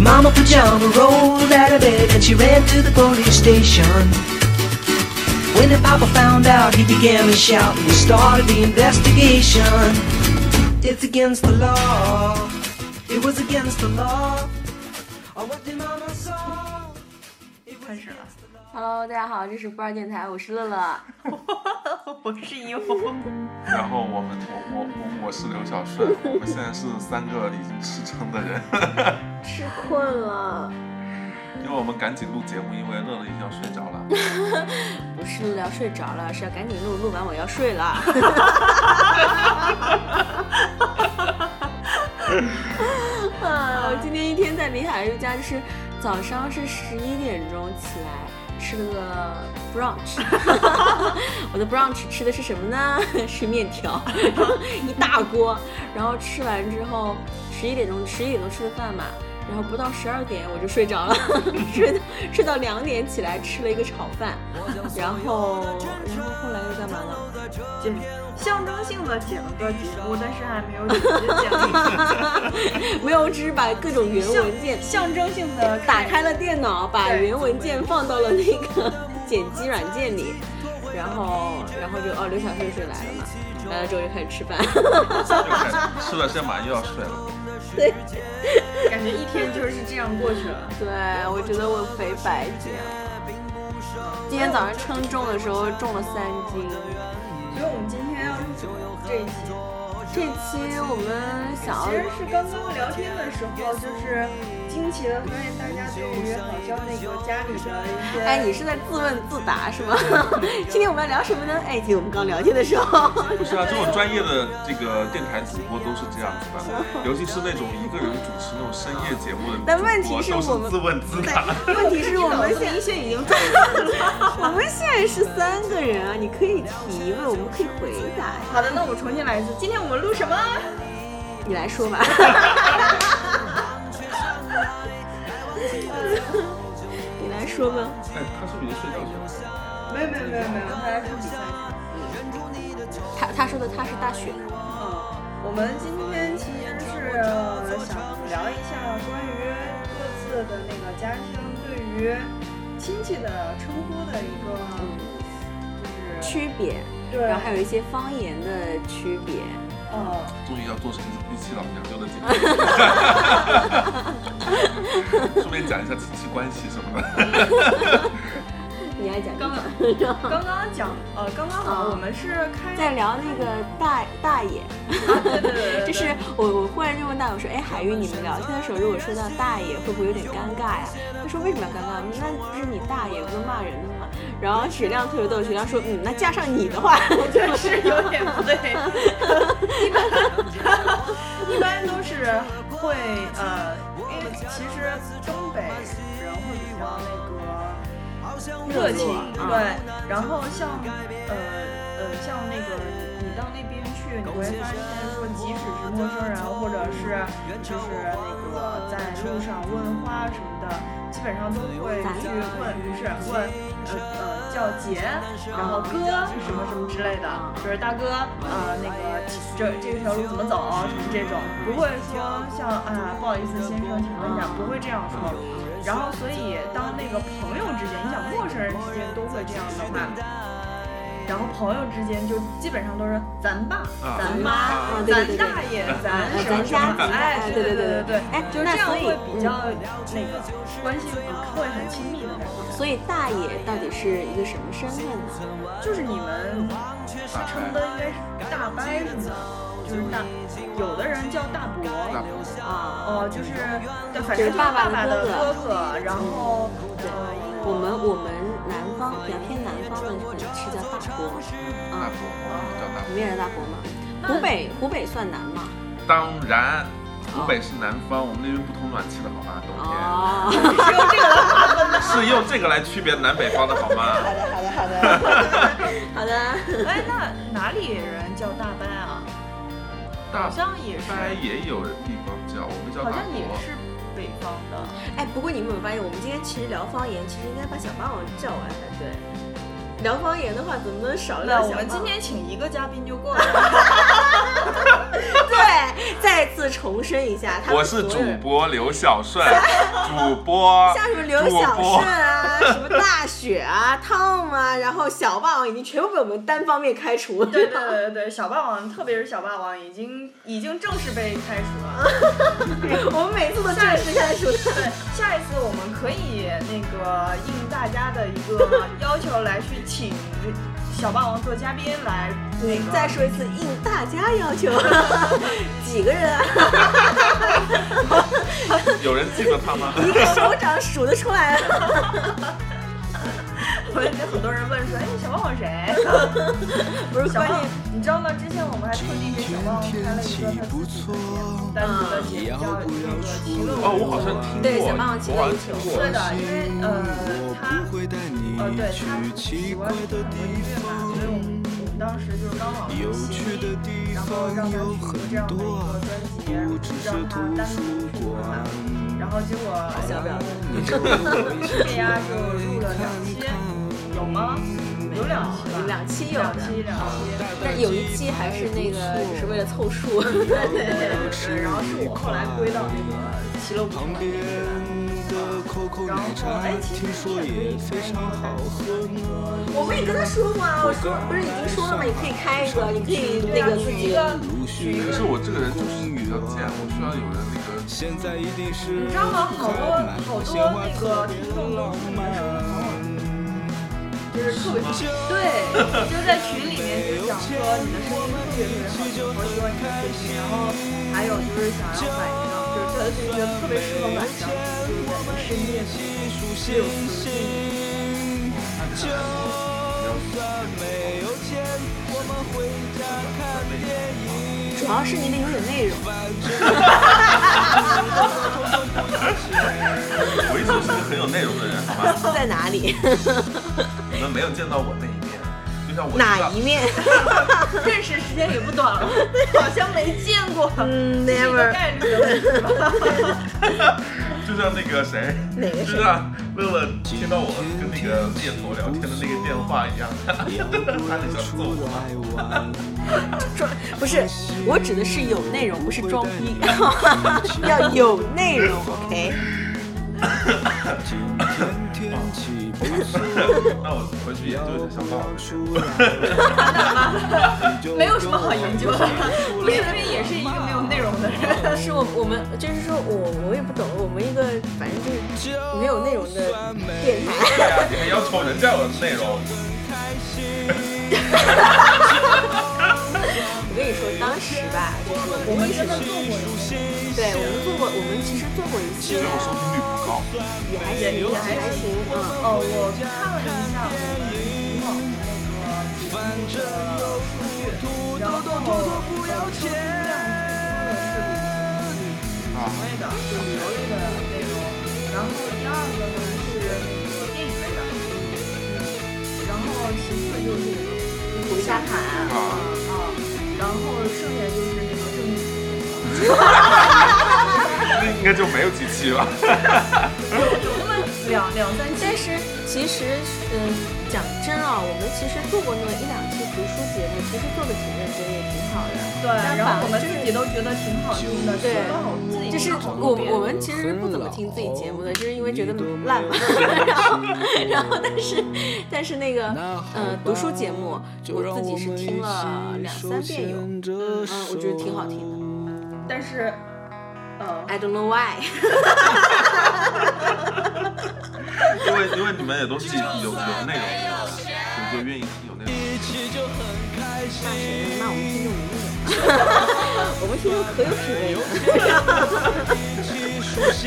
mama pajama rolled out of bed and she ran to the police station. When the papa found out, he began to shout and we started the investigation. It's against the law. It was against the law. Oh, what did mama saw? It was against the law. Hello，大家好，这是不二电台，我是乐乐。我是一红，然后我们我我我我是刘小顺，我们现在是三个已经吃撑的人， 吃困了，因为我们赶紧录节目，因为乐乐已经要睡着了。不是录要睡着了，是要赶紧录，录完我要睡了。啊，我今天一天在林海瑞家，就是早上是十一点钟起来吃了个 brunch，我 的 brunch 吃的是什么呢？ 是面条，一大锅。然后吃完之后，十一点钟十一点钟吃的饭嘛，然后不到十二点我就睡着了， 睡到睡到两点起来吃了一个炒饭，然后然后后来又干嘛呢？ 剪象征性的剪了个节目，但是还没有直接剪进没有，我只是把各种原去。文件象征性的打开了电脑，把对原文件放到了那个剪辑软件里，然后然后就哦，刘小顺顺来了嘛，来了之后就开始吃饭，又开始吃了这马又要睡了，对感觉一天就是这样过去了。对，我觉得我肥白减了。今天早上称重的时候重了三斤，所以我们今天要录这一期，这期我们想其要实是刚刚聊天的时候，就是惊奇的发现大家对于好像那个家里的一些，哎，你是在自问自答是吗？ 今天我们要聊什么呢？哎，其实我们刚聊天的时候， 不是啊，这种专业的这个电台主播都是这样子的，尤其是那种一个人主持那种深夜节目的主播，但问题是都我们是自问自答。问题是我们现现在已经 我们现在是三个人啊，你可以提问，我们可以回答呀。好的，那我重新来一次。今天我们录什么？你来说吧。 你来说吧。哎，他是不是已经睡着去了？没有没有没有没有，大家看比赛。他他说的他是大雪，嗯，我们今天其实是呃想聊一下关于各自的那个家庭对于亲戚的称呼的一个，就是区别，对，然后还有一些方言的区别。呃，终于要做成一期老娘舅的节目， 顺便讲一下亲戚关系什么的。你来讲。刚刚哦刚刚讲呃，刚刚啊好我们是 开 在聊那个大大爷，对对对对，就是我我忽然就问大爷我说，哎，海玉，你们聊天的时候如果说到大爷，会不会有点尴尬呀？他说为什么要尴尬？那不是你大爷，不是骂人的吗？然后雪亮特别逗，雪亮说，嗯，那加上你的话，对是有点不对，一般一般都是会呃，因为其实东北人会比较那个热情，啊对，然后像呃呃像那个你到那边去，你会发现说即使是陌生人，啊或者是就是那个在路上问话什么的。基本上都会去问，不是问，呃呃，叫姐，然后哥什么什么之类的，就是大哥，呃，那个这这条路怎么走，什么这种，不会说像啊，不好意思，先生，请问一下，不会这样说。然后，所以当那个朋友之间，你想陌生人之间都会这样的话，然后朋友之间就基本上都是咱爸、啊咱妈、啊对对咱对大爷、咱啊什么咱什么家，哎，对对对对对，哎，就是那这样所以会比较嗯那个关系会很亲密的感觉，所以大爷到底是一个什么身份呢？就是你们大称概的应该是大伯什么的，就是大，有的人叫大伯，大部分啊，呃，就是对，反正爸爸爸的爸的哥哥哥，然后对呃，我们我们南方比较偏南方的可能是叫大伯，大啊，伯，我们叫大伯。你们也是大伯吗？湖北湖北算南吗？当然，湖北是南方，我们那边不通暖气的好吗？冬天、哦， 只有这个了。是用这个来区别南北方的好 吗？好的好的。好的， 哎，那哪里人叫大伯啊？大好像也是，班也有地方叫，我们叫好大像也伯。是北方的。哎，不过你们有没有发现，我们今天其实聊方言，其实应该把小霸王叫来才对。聊方言的话，怎么能少那聊我小霸王？ 们今天请一个嘉宾就够了。对，再次重申一下，他们我所是主有人播刘小顺，主播 像什么刘晓顺啊，什么大雪啊、Tom 啊，然后小霸王已经全部被我们单方面开除了。对对对对对，小霸王，特别是小霸王，已经已经正式被开除 了。我们每次都正式开除他。对，下一次我们可以那个应大家的 一个要求来去请小霸王做嘉宾来那个。 再说一次，应大家要求， 几个人啊？有人记得他吗？ 一个手掌数得出来啊。我有很多人问说，哎，小霸王谁？ 不是小关霸王键，，你知道吗？之前我们还特地给小霸王开了一个他自己的节目，单独的节目叫那个奇论。哦，我好像听过，对小霸王骑了我好一球像听过对。的，因为呃，他呃， 对，他去喜奇欢怪很多的音乐地嘛，所以我们我们当时就是刚好有有趣的地然后让他方去有录这样的一个专辑，然后很多啊，不只是让他图单独书去录嘛馆。。然后结果小表哥你就会这丫就录了两期，有吗？有两期吧，两期有两的，期两期。但有一期还是那个只是为了凑数。对对对对，然后是我后来归到那个奇乐部旁边的可口然后奶茶哎，其，实听说也非常好喝。我不也跟他说吗？我说不是已经说了吗？你可以开一个，你可以那个自一己。个。陆续可是我这个人就是比较贱，我需要有人那个。现在一定是你知道吗？好多好多那个听众都是你的声音好好听，就是特别对，就在群里面就讲说你的声音特别特别好听，我喜欢你的声音，然后还有就是想要买一张，就是觉得觉得特别适合买一张，就是在那个深夜里面有磁性。主要是你得有点内 容。我一直是个很有内容的人，好吗？在哪 里？你们没有见到我那一面，就像我知道哪一面认识时间也不短了，好像没见过，嗯这是一个？Never。概率的问题吧。就像那个谁，哪个谁就像乐乐听到我跟那个猎头聊天的那个电话一样， 他得想揍我。来玩。装不是，我指的是有内容，不是装逼， 要有内 容。OK，今天天气不错，那我回去研究一下小霸王的事。没有什么好研究的，不是因为也是一个没有内容的人。是我我们就是说我我也不懂，我们一个反正就是没有内容的电台，对呀、啊你还要求人家有内容，我跟你说，当时吧，就是我们真的做过一次，对我们做过，我们其实做过一次结，果收听率 不高。也还行，也还行，嗯。哦，我看了一下我们以往的那个节目的数据，然后呃收听量最低的是国内的主流类的内容，然后第二个呢是那个电影类的，然后其次就是胡夏侃，啊，然后剩下就是那个正义。那应该就没有几期了。有那么两两三期，但是其实，嗯，讲真啊，我们其实做过那么一两期读书节目，其实做的挺认真，也挺好的。对，然后我们自己都觉得挺好听的，对说得好自己就是听得好多我遍我们其实是不怎么听自己节目的，就是因为觉得烂嘛。 然后然 后但是但是那个呃读书节目，我自己是听了两三遍有，嗯嗯，我觉得挺好听的。但是，呃， I don't know why， 因为因为你们也都是有有有内容的人，你就愿意听有内容。骂谁呢？骂我们听众没用。我们听众可有品味了。不是，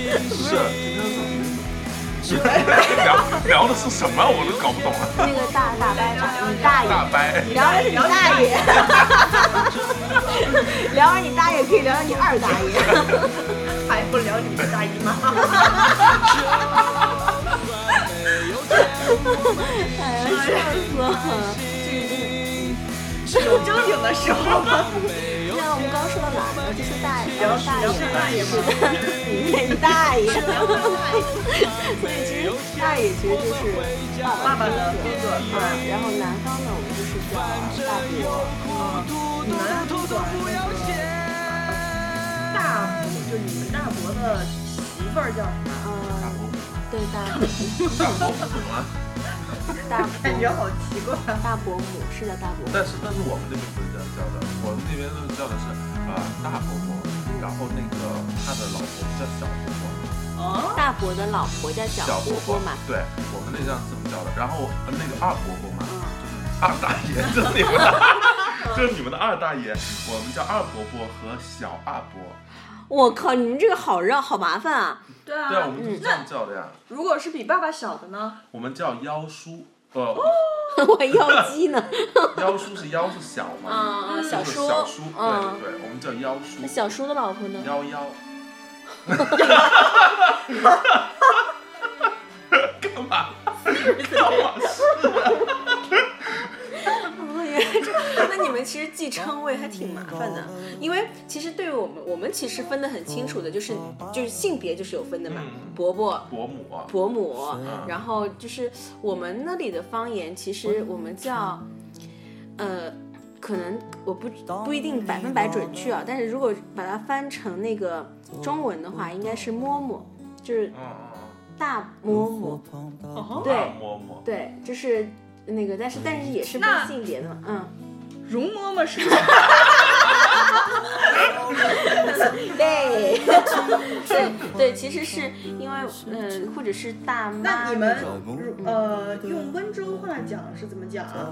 聊聊的是什么？我都搞不懂了。那个 大大白长，你大爷，大白，聊聊你大爷，聊 聊你大爷可以聊聊你二大爷。还不聊你们大姨妈， 哎呀，笑死了。有正经的时候吗？那我们刚刚说到哪儿了？就是大爷，聊大聊大爷吗？爷，你大爷。所以其实大爷其实就是爸爸的工作，啊，然后南方呢，我们就是叫大伯。你们都管那个大伯，就你们大伯的媳妇儿叫什么？大嗯，对伯母，大伯大伯母啊。大感觉伯好奇怪。 大伯母是的大伯母，但是但是我们这边不是这样叫的，我们那边都是叫的是呃大伯伯，然后那个他的老婆叫小伯伯，哦，大伯的老婆叫小小伯伯伯伯嘛，对，我们那这样这么叫的。然后呃那个二伯伯嘛，嗯就是二大爷，就是你们 的，就是你们的二大爷，我们叫二伯伯和小二伯，我靠，你们这个好绕，好麻烦啊！ 对啊。对啊，我们就是这样叫的呀，如果是比爸爸小的呢？我们叫幺叔，呃，哦我要鸡呢，幺叔是幺是小嘛，啊，小就是叔，小叔，对嗯，对对，我们叫幺叔那，小叔的老婆呢？幺幺。 干嘛？干嘛？哦原来这，那你们其实记称谓还挺麻烦的，嗯因为其实对于我们，我们其实分得很清楚的，就是就是性别就是有分的嘛，嗯伯伯。伯母啊，伯母，然后就是我们那里的方言，其实我们叫，呃，可能我不不一定百分百准确啊，但是如果把它翻成那个中文的话，应该是嬷嬷，就是嗯嗯大嬷嬷，哦，嗯，对大嬷嬷。对，就是那个，但是但是也是分那性别的嘛，嗯。容嬷嬷是对， 对对，其实是因为嗯、呃，或者是大妈 那你们种如呃用温州话讲是怎么讲啊？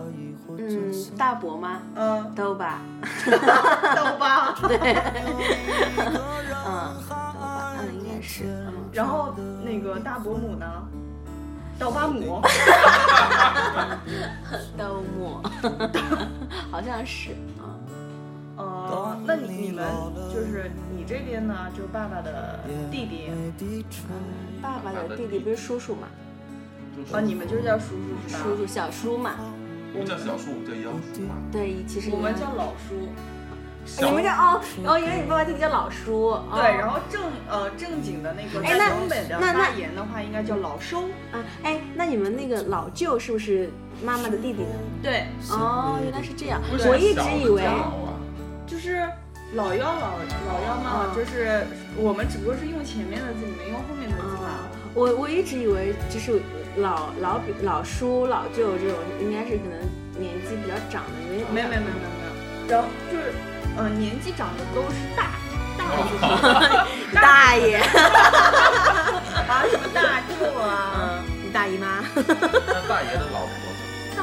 嗯大伯吗？呃， 都吧，刀疤。嗯，都吧，嗯，应该是，嗯，然后那个大伯母呢？刀疤母。都末， 好像是，嗯，呃，那你你们就是你这边呢，就是爸爸的弟弟，爸爸的弟弟不是叔叔嘛，啊，你们就是叫叔叔是吧？叔叔小叔嘛，我们叫小叔，我们叫幺叔嘛。对，其实我们一叫样老哎叔。你们叫哦哦，原来你爸爸弟弟叫老叔，哦、对，然后正呃正经的那个哎在那东北的那那发言的话，应该叫老收。嗯，哎，那你们那个老舅是不是妈妈的弟弟呢？对，哦，原来是这样，为什我么一直小以的为叫。老啊就是老幺老老幺嗯嘛，就是我们只不过是用前面的字，你们用后面的字嘛。我我一直以为就是老老比老叔老舅这种，应该是可能年纪比较长的，因为没有没有没有没有没有，然后就是呃年纪长的都是大大叔 大爷，啊，什么大舅啊，嗯，你 大姨妈，那大爷的老婆呢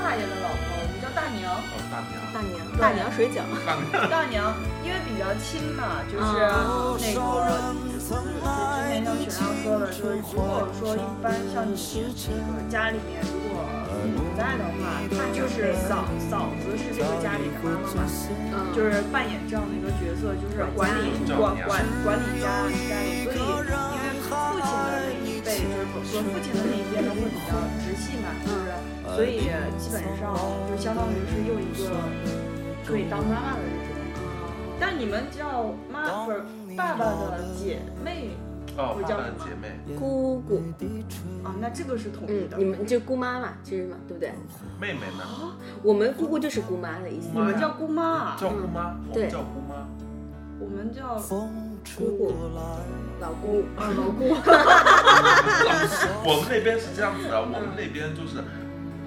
大爷的老婆，我们叫大娘。哦，大娘，大娘大娘水饺，大娘，大娘，因为比较亲嘛，就是哦那个，就是之前像雪亮说的，就是如果说一般像你那个家里面如果你不在的话，那就是嫂嫂子是这个家里的妈妈嘛，嗯，就是扮演这样的一个角色，就是管理丈母娘管管管理家家里，所以因为父亲的那一辈，就是和父亲的那一辈都会比较直系嘛，就是所以基本上就相当于是又一个可以当妈妈的日子了。但你们叫妈不是爸爸的姐妹哦，我爸叫爸的什么姐妹，姑姑，啊？那这个是统一嗯的。，你们就姑妈嘛，其实嘛，对不对？妹妹呢？我们姑姑就是姑妈的意思姑，你妈们叫姑妈啊，叫姑妈，我对们叫姑妈。我们叫姑姑，老姑，啊老姑， 我们那边是这样子的，啊我们那边就是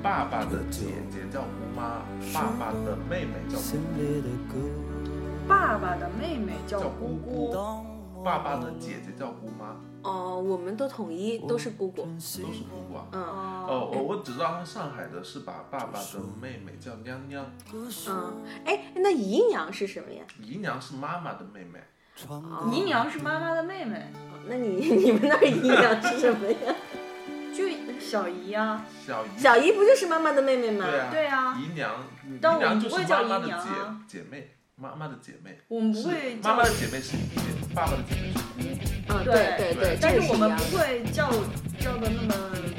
爸爸的姐姐叫姑妈，爸爸的妹妹叫姑爸爸的妹妹叫叫姑姑姑。姑，爸爸的姐姐叫姑妈，哦，我们都统一都是姑姑，都是姑姑啊。嗯哦，我我只知道他上海的是把爸爸的妹妹叫娘娘，嗯，哎，那姨娘是什么呀？姨娘是妈妈的妹妹，哦姨，娘是妈妈的妹妹，那你 你们那儿姨娘是什么 呀？就小姨啊。小姨。小姨不就是妈妈的妹妹吗？对啊，对啊姨娘，姨但我们娘就不会是叫妈姨妈的娘姐啊姐妹，妈妈的姐妹。我们不是会妈叫妈的姐妹是一姐，爸爸的姐妹是姑姑。嗯，对对对，但这个啊是我一们样不的会叫叫的那么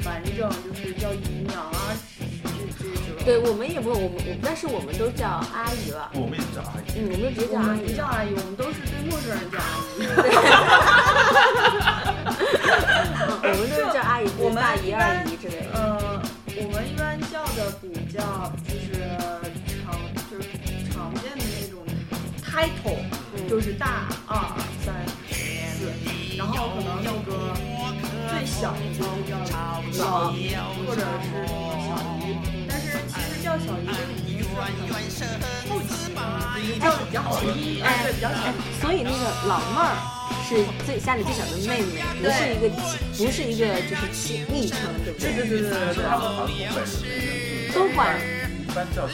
完整，就是叫姨娘啊，这这这种。对，我们也不会，我们我但是我们都叫阿姨了，我们也叫阿嗯，姨。我们就直接我叫阿们不姨叫 了。阿姨，我们都是对陌生人叫阿姨。嗯，我 们都是叫阿姨，我们大姨、一二般姨之类的。呃，我们一般叫的比较就是常就是常见的那种 title，嗯就是大二三小鱼叫老鱼，或者是那个小鱼。但是其实叫小鱼这个名字很后期的名字叫的比较好听，哎，对，比较小哎鱼。，所以那个老妹儿是最家里最小的妹妹，不是一个亲不是一个就是亲昵称，对不对对？对对对对对。他们好像东北人都管一般叫小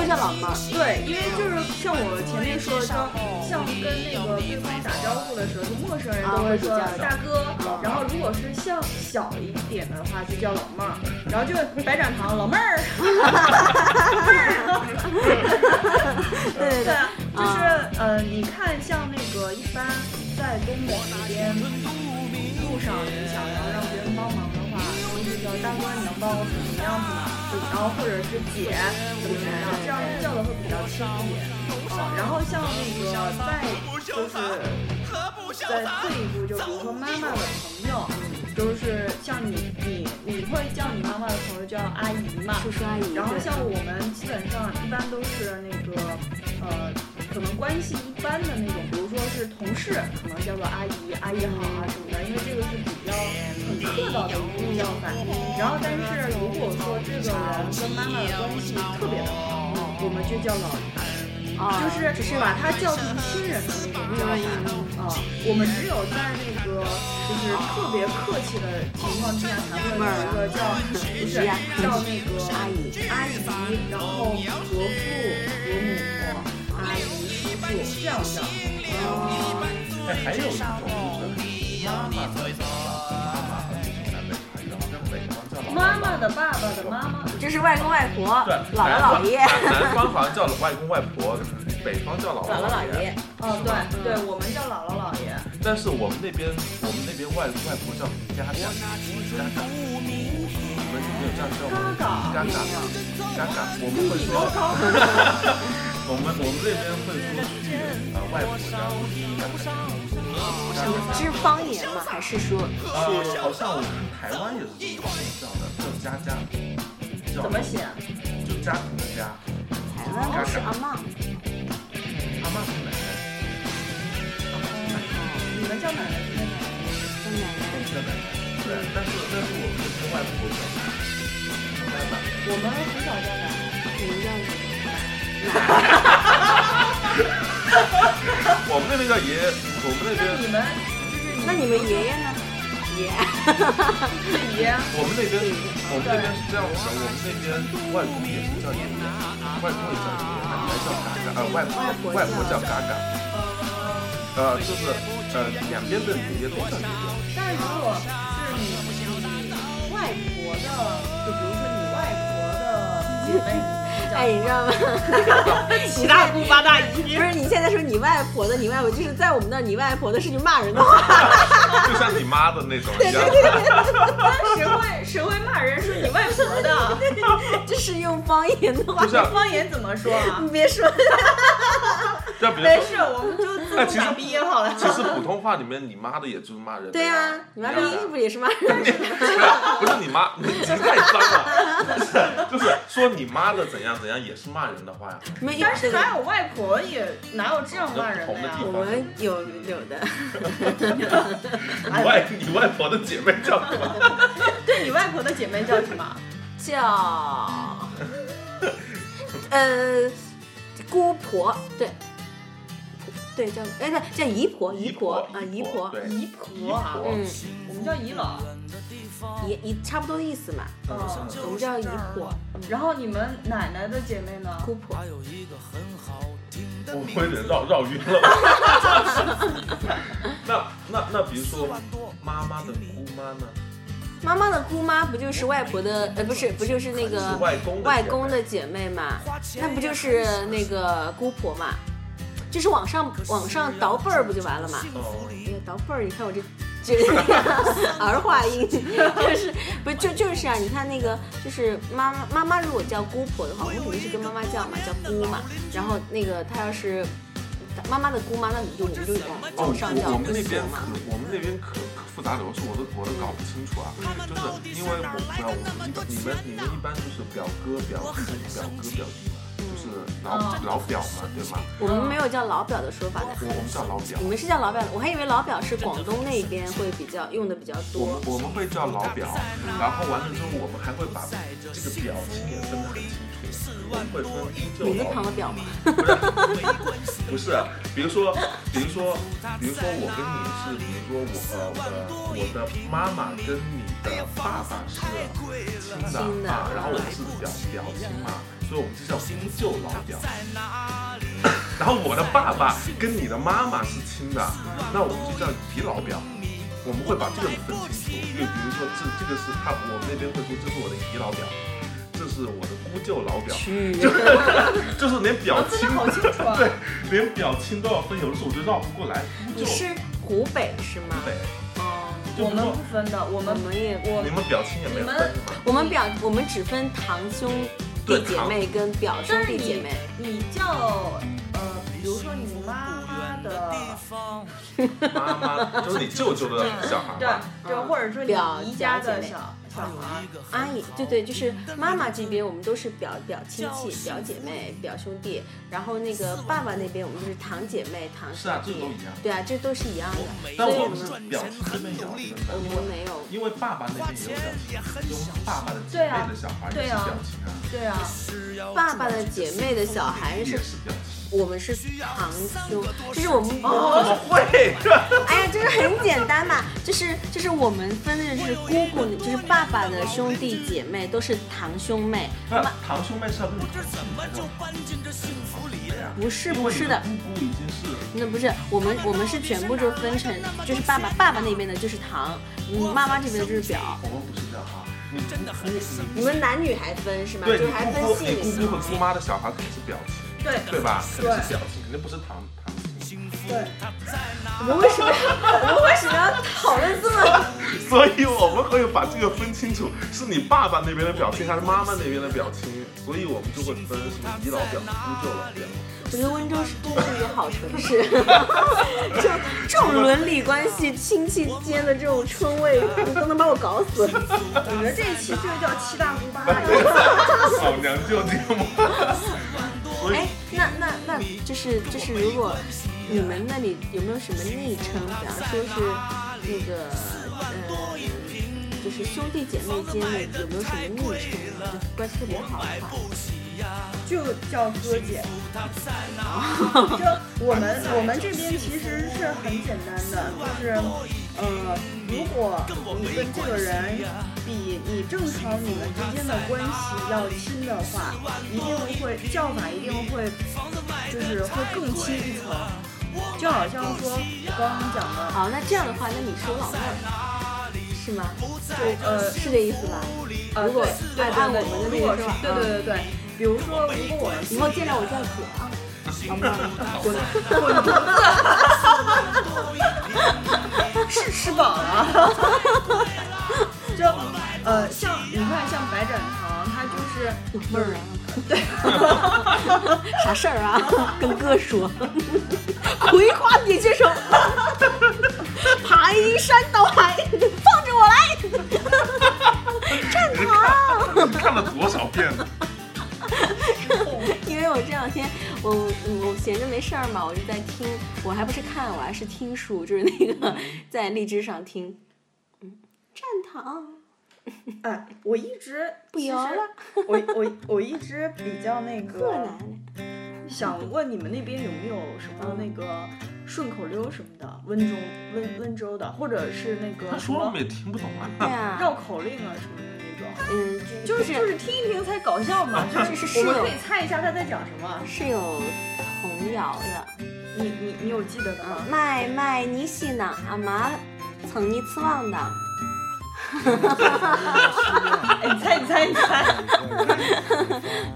都娘是叫老妹儿。对，因为就是像我前面说的，像像跟那个对方打招呼的时候，就陌生人都会说哎啊会比较大哥，然后如果是像小一点的话，就叫老妹儿，然后就白展堂老妹儿，老妹儿，对对对对啊，就是呃，你看像那个一般在东北那边路上，你想要让别人帮忙的话，都是叫大哥，你能帮我怎么样子吗？就然后或者是姐怎么怎么样，这样叫的会比较亲一点。啊，然后像那个再就是在退一步，就比如说妈妈的朋友，就是像你你你会叫你妈妈的朋友叫阿姨嘛？叔叔阿姨。然后对像我们基本上一般都是那个呃，可能关系一般的那种，比如说是同事，可能叫做阿姨、阿姨好啊什么的，因为这个是比较很客套的一种叫法。然后，但是如果说这个人跟妈妈的关系特别的好，我们就叫老姨。啊，哦就是只是把他叫成亲人的那种叫法啊。我们只有在那个就是特别客气的情况之下，才会有一个叫不啊是是呀叫那个阿姨阿姨，然后伯父伯母阿姨叔叔这样叫。哎，还有一种就是妈妈的妈妈，就是南北差异，然后在北方叫老妈妈的爸爸的妈妈，这是外公外婆、对，姥姥姥爷、南方好像叫外公外婆，北方叫姥 姥姥姥爷爷。。哦对对，我们叫姥姥姥爷。但是我们那边，我们那边外公外婆叫家长，家长。你们有没有这样叫吗？家长，家长，我们会说。我们我们那边会说去啊外婆家，家长。 这是方言吗？还是说呃，是好像我们台湾也是这么叫的，叫家家，叫怎么写？？就家庭的家，台湾话是阿妈？阿妈是奶奶，你们叫奶奶是奶奶。真的我们叫奶奶。对，但是但是我们是外婆叫妈妈，我们很少叫奶奶。你们叫什我们那边叫爷爷，我们那那你边们么？那你们爷爷呢？爷， 自己我们那边我们那边是这样子的，我们那边外公也是叫爷爷，外公也叫爷爷，奶奶叫嘎嘎，呃外婆外婆叫嘎嘎，呃就是呃两边的爷爷都叫爷爷。但是如果是你外婆的，就比如说你外婆的姐妹，哎，你知道吗？ 七大姑八大姨不。是，你现在说你外婆的，你外婆就是在我们那儿，你外婆的是句骂人的话。就像你妈的那种一样。谁会谁会骂人说你外婆的？这是用方 言的话就，像方言怎么说啊？你别说，就比如没说，事，我们就自哎，动其实打毕业好了。 其实普通话里面你妈的也就是骂人。对呀、呀，你妈咪不也是骂人你 不是你妈，你这太脏了。 不是，就是说你妈的怎样怎样也是骂人的话 呀。没有但，是哪有外婆也哪有这样骂人的呀有不？我们有有的，你外你外婆的姐妹叫什么？对 你外婆的姐妹叫什么？叫呃姑婆，对，对叫哎不叫姨婆，姨婆啊姨婆，对，姨婆啊，嗯，我们叫姨姥。姨姨差不多意思嘛，嗯，我们叫姨婆然后你们奶奶的姐妹呢？姑婆，我们有点绕绕晕了。 那那那比如说妈妈的姑妈呢？妈妈的姑妈不就是外婆的呃不是不就是那个是外公的姐妹外公的姐妹嘛，那不就是那个姑婆嘛，就是往上往上倒辈儿不就完了嘛？哦，哎呀，倒辈儿，你看我这这儿化音，就是不就就是啊？你看那个，就是妈妈妈妈如果叫姑婆的话，我们肯定是跟妈妈叫嘛，叫姑嘛。然后那个她要是妈妈的姑妈，那你就我们就往哦，往上叫我我姑们那边婆可嘛。我们那边可可复杂流程，我都我都搞不清楚啊。就是因为我不知道，我们一般你们你们一般就是表哥、表弟、表哥、表弟嘛，就是老哦嗯老表嘛，对吗？我们没有叫老表的说法的，我我们叫老表你，们是叫老表的，我还以为老表是广东那边会比较用的比较我们多。我们会叫老表，然后完了之后我们还会把这个表今年分得很清楚，我们会分一舅你是老唐表的。表吗？不是，啊比如说，比如说，比如说，我跟你是，比如说我呃我的我的妈妈跟你的爸爸是亲的亲的啊，然后我们是表表亲嘛，所以我们就叫姑舅老表。然后我的爸爸跟你的妈妈是亲的，那我们就叫姨老表。我们会把这个分清楚，就比如说这这个是他，我们那边会说这是我的姨老表，这是我的姑舅老表，就是连表哦，分亲的好清楚啊！ 对，连表亲都要分，有的时候我就绕不过来。你嗯是湖北是吗？北，哦，就我是们说不分的，我我们们也你们表亲也没有分是吗？我们表我们只分堂兄弟姐妹跟表兄但是弟姐你妹。你叫呃，比如说你妈妈的，妈妈就是你舅舅的小孩对嘛。对，嗯或者说表你姨家表姐的妹小小孩儿，阿姨，啊对对，就是妈妈这边我们都是表表亲戚、表姐妹、表兄弟，然后那个爸爸那边我们就是堂姐妹、堂是兄啊弟，这都一样对啊，这都是一样的，但所以我我们们是表亲那边也要这我么们没有分，因为爸爸那边也有表亲，就是爸爸的姐妹的小孩也是表亲啊，对啊，爸爸的姐妹的小孩也是，是表亲。我们是堂兄，这是我们哦怎么会？哎呀，这个很简单嘛，就是 就是我们分的就是姑姑，就是爸爸的兄弟姐妹都是堂兄妹，那堂兄妹是要跟你同姓还是呀？不是啊因不为是你的的，姑姑已经是那不是我们我们是全部就分成，就是爸爸爸爸那边的就是堂，你妈妈这边的就是表，我们不是这样哈，你真的很你们男女还分是吗？就对是还你分姑姑姓你名姑姑和姑妈的小孩肯定是表亲。对对吧？肯定是表情，肯定不是堂堂亲，对，我们为什么要我们为什么要讨论这么？ 所以我们会把这个分清楚，是你爸爸那边的表亲还是妈妈那边的表亲，所以我们就会分什么姨老表、姑舅老表。我觉得温州是真的是一个好城市， 就这种伦理关系、亲戚间的这种称谓，你都能把我搞死。 我觉得这一期就叫七大姑八大姨。 老娘舅 节目，所以哎，那那那，就是就是，如果你们那里有没有什么昵称，比方说是那个呃，就是兄弟姐妹间的有没有什么昵称啊，就关系特别好的话，就叫哥姐。就我们我们这边其实是很简单的，就是呃，如果你跟这个人比你正常你们之间的关系要亲的话，一定会叫法一定会就是会更亲一层。就好像说我刚刚讲的，好，那这样的话，那你是我老妹儿，是吗？就呃是这意思吧？呃如果对对按按我对们的那如个说法，啊果是对对对对，比如说如果我们以后见到我叫姐啊。滚滚犊子！ 是吃饱了。就呃，像你看，像白展堂，他就是妹儿啊，对，啥事儿啊？ 跟哥说， 葵花点穴 手，排山倒海，放着我来，站你好。看你看了多少遍呢？ 因为我这两天我我我闲着没事儿嘛，我就在听，我还不是看，我还是听书，就是那个在荔枝上听，嗯，站堂哎，我一直不摇了，其实我我我一直比较 贺奶那个奶。想问你们那边有没有什么那个顺口溜什么的，温州温温州的，或者是那他个什说了我么们也听不懂啊。对啊，绕口令啊什么的那种。嗯，就就是就是听一听才搞笑嘛，就 这是是室我们友可以猜一下他在讲什么。是有童谣的。你你你有记得的吗？麦麦你西呢？阿妈曾你吃旺的，哎，你猜，你猜，你猜。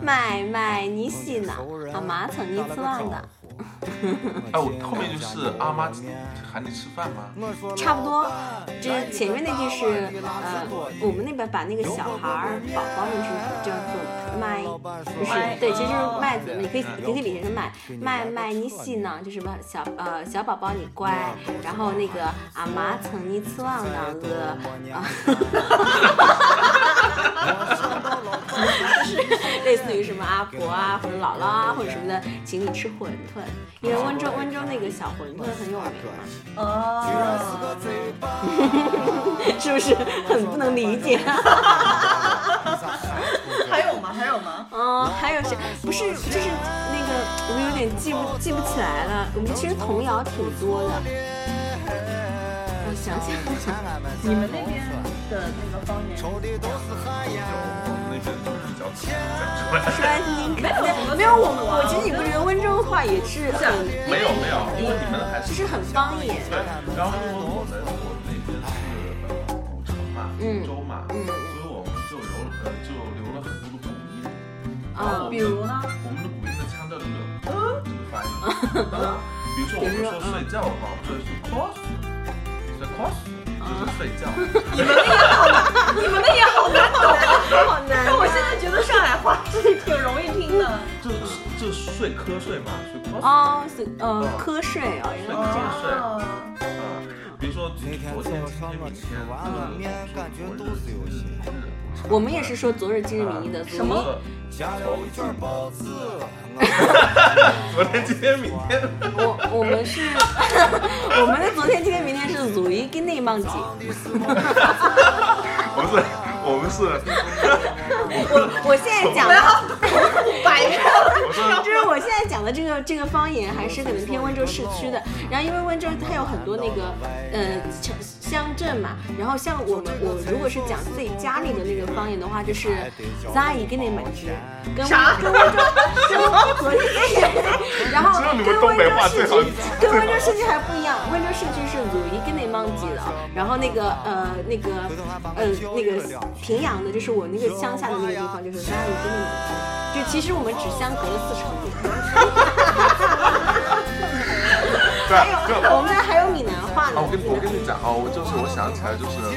麦麦你西呢？阿妈曾你吃旺的， 哎，我后面就是阿妈喊你吃饭吗？ 差不多。这前面那句是呃，我们那边把那个小孩儿宝宝们是叫做麦，不麦是对，其实就是麦子，你可以你可以理哦解成麦麦麦你西呢，就是把小呃小宝宝你乖，然后那个阿妈曾你吃旺的了啊。 类似于什么阿婆啊，或者姥姥啊，或者什么的，请你吃馄饨，因为温州温州那个小馄饨很有名嘛， 哦， 是不是很不能理解？还有吗？还有吗？嗯，还有谁？不是，就是那个，我们有点记不记不起来了。我们其实童谣挺多的。我想想，我想想，你们那边的那个方言，我们那边就是比较讲出来。说来听听看。没有，没有，我们我其实你不觉得温州话也是很， 没有没有，因为你们还就是是很方言。对，然后因为我们我们那边是呃古城嘛，嗯古州嘛，嗯所以我们就留呃就留了很多的古音，然啊后我们比的如呢？我们的古音的腔调就是呃这个发音，嗯比如说我们说睡觉的话，我们就会说 cos，是 cos，就是睡觉。你们那也好难懂啊！好难但我现在觉得上海话是挺容易听的。这这睡瞌睡嘛，睡瞌睡啊，哦，是呃，瞌睡哦，原来是这样。哦，比如说昨天、今天、明天，我们也是说昨日今日明日的什昨日么？昨天、今天、明天，我我们是， 我们的昨天、今天、明天是祖一跟内梦姐。不是，我们是，我我现在讲的，我说就是我现在讲的这个这个方言，还是可能偏温州市区的。然后因为温州它有很多那个呃城乡镇嘛，然后像我们我如果是讲自己家里的那个方言的话，就是扎一跟那满枝，跟啥跟温州跟昨天，然后知道你哦跟们东温北州话市最好区跟温州市区还不一样，温州市区是鲁一跟那帮记的，啊然后那个呃那个呃那个平阳的，就是我那个乡下的那个地方，就是那一跟那帮记，就其实我们只相隔了四城。还有对，就。我们那还有闽南话啊，呢我。跟我跟你讲啊，我就是我想起来，就是我我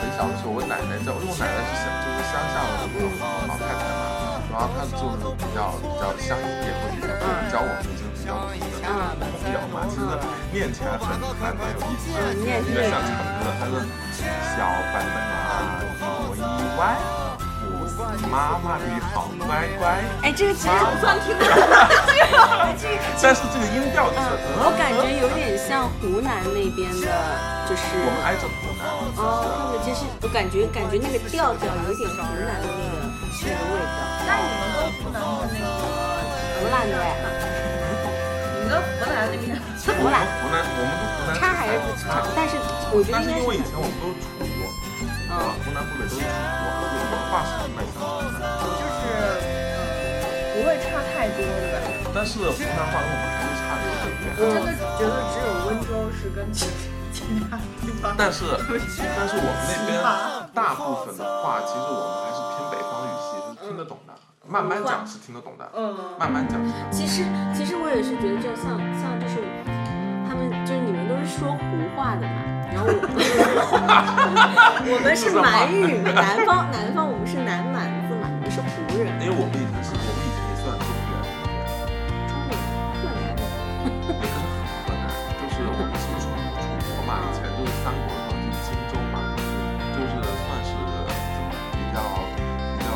很小的时候，我奶奶在，因为我奶奶是乡就是乡下的那种老太太嘛，然后她就是比较比较乡音也会比较教我们就是比较土的那啊种童谣嘛，其实念起来很还蛮有意思的，嗯有点像唱歌，它是小白马我一歪，我妈妈你好乖乖，哎，这个其实不算听得但是这个音调就是， 嗯我感觉有点像湖南那边的，就是我们挨着湖南，哦，或者就是我感觉感觉那个调调有点湖南的那个那个味道，那你们跟湖南的那个，湖南的哎，你们跟河南那边，湖南湖南我们跟湖南差还是不差，但是我觉得但应是该因为以前是我们都是出国，嗯啊，湖南、湖北都是出国，所以文化是蛮相近的。就是不会差太多的吧？但是湖南话跟我们还是差点点。真的觉得只有温州是跟其其他地方。啊但是，啊但是我们那边大部分的话，其实我们还是偏北方语系，是听得懂的。嗯慢慢讲是听得懂的，嗯，慢慢讲是听得懂的。其实其实我也是觉得，就像像就是他们就是你们都是说胡话的嘛，然后我我们是满语，南方南方我们是南蛮子嘛，你们是胡人，因为我们以前是，我们以前也算中原人，中原河南人。也不是河南，就是我们是楚楚国嘛，以前就是三国的时候就是荆州嘛，就是算是比较比较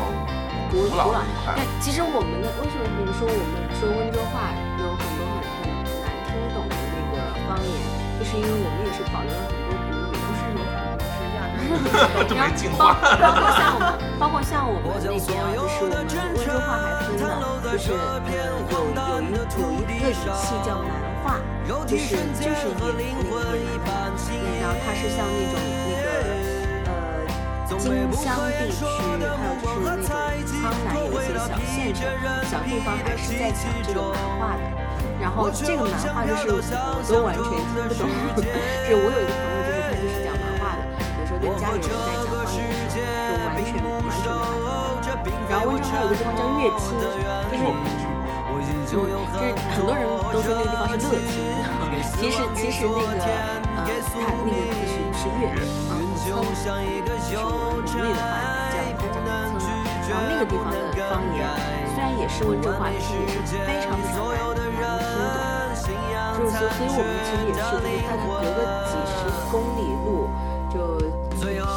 古古老老的一块对。，其实我们的为什么，比如说我们说温州话有很多很很难听懂的那个方言，就是因为我们也是保留了很多古语，不是有很多是亚洲就没进包化包括像我们，包括像我们那边啊，就是我们温州话还分呢，就是呃有有一有一个语系叫南话，就是就是也分那个也南话，然后它是像那种那个呃荆襄地区，还有就是那种苍南有一些小县城、小地方还是在讲这种南话的。然后这个南话就是我都完全听不懂， 就是我有一个朋友，就是他就是讲南话的，有时候跟家里人在讲方言的时候，就完全完全没法听。然后温州还有个地方叫乐清，就是嗯就是很多人都说那个地方是乐清， 其实其实那个呃，它那个地区是乐啊，村是我们国内的话叫它叫村嘛，然后那个地方的方言虽然也是温州话，但是也是非常非常难难以听懂。就是所，所以我们其实也是，就是大概隔个几十公里路就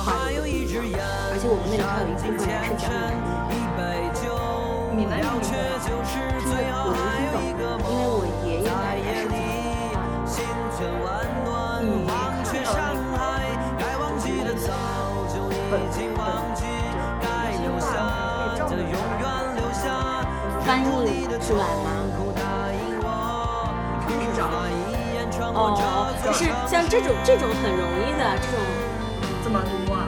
跨了一个地方，而且我们那里还有一部分人是讲闽南语的。闽南语你会吗？就是我能听懂，因为我爷爷奶奶是讲普通话的。你看到那个中国的本本就是有些话可以照着翻，翻译出来吗？至少哦，就是像这种这种很容易的这种怎么读啊？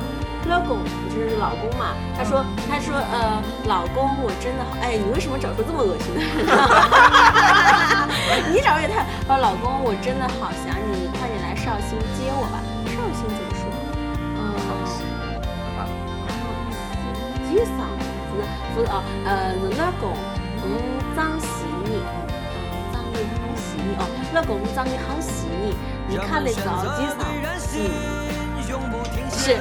老公，就是老公嘛。他说他说呃，老公，我真的好哎，你为什么找出这么恶心的 人呢？你找也太……哦，老公，我真的好想你，快点来绍兴接我吧。绍兴怎么说？嗯。衣裳，不是不是哦，呃，是老公，嗯，脏死你，嗯，脏你好死你哦，老公脏你好死你，你看那个衣裳，嗯，是，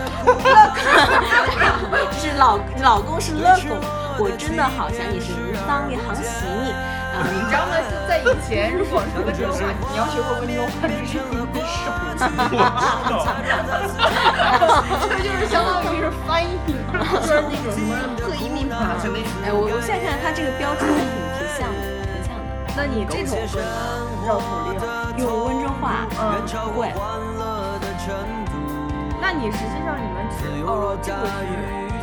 是老老公是老公，我真的好想你是脏你好死你，啊、你知道吗？就在以前，如果是温州话，你要学会温州话，直接用你手机，我知道，这就是相当于是翻译，就是那种什么特移民法之类的。哎，我我现在看它这个标准还挺挺像的，挺像的，那你这种嗯会吗？绕口令？用温州话嗯，不会。那你实际上你们只哦，这个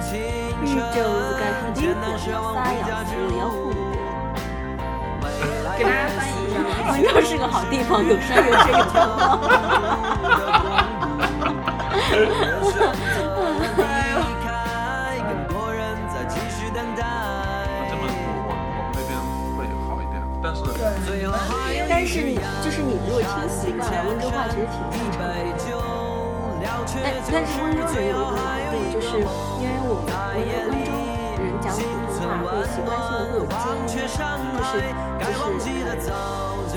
是宇宙是该肯定过，要撒要死要护的。给大家翻译一下。温州哦是个好地方，有山有水有天荒。这么我我们那边会好一点，但是 但是你就是你如果听习惯了温州话，其实挺正常的。但哎但是温州人有一个毛病，就是因为我们我们温州人讲普通话会习惯性的会有尖音，就是就是呃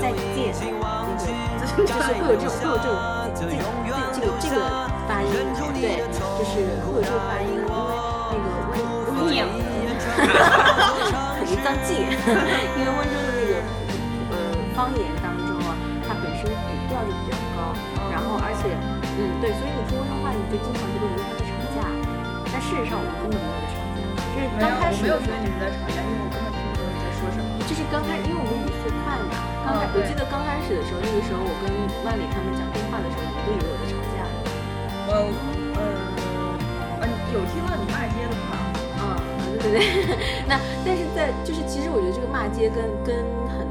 在借那个，就是会有这种会有这种这这这个这个发音，哎对，就是会有这个发音，因为那个温温州。 一脏记，因为温州的那个呃方言当中啊，它本身语调就比较高，然后哦而且嗯对，所以你听温州话，你就经常觉得我们在吵架，但事实上我们根本没有在吵架，啊就是没有，刚开我始没有的时觉得候你们在吵架，因为我根本听不懂你在说什么。就是刚开始，因为我们语速快嘛，刚开、嗯我对记得刚开始的时候，那个时候我跟万里他们讲电话的时候，你们都以为我在吵架，我呃呃，有听到你骂街的话。嗯， 对对对，那但是在就是其实我觉得这个骂街跟跟很。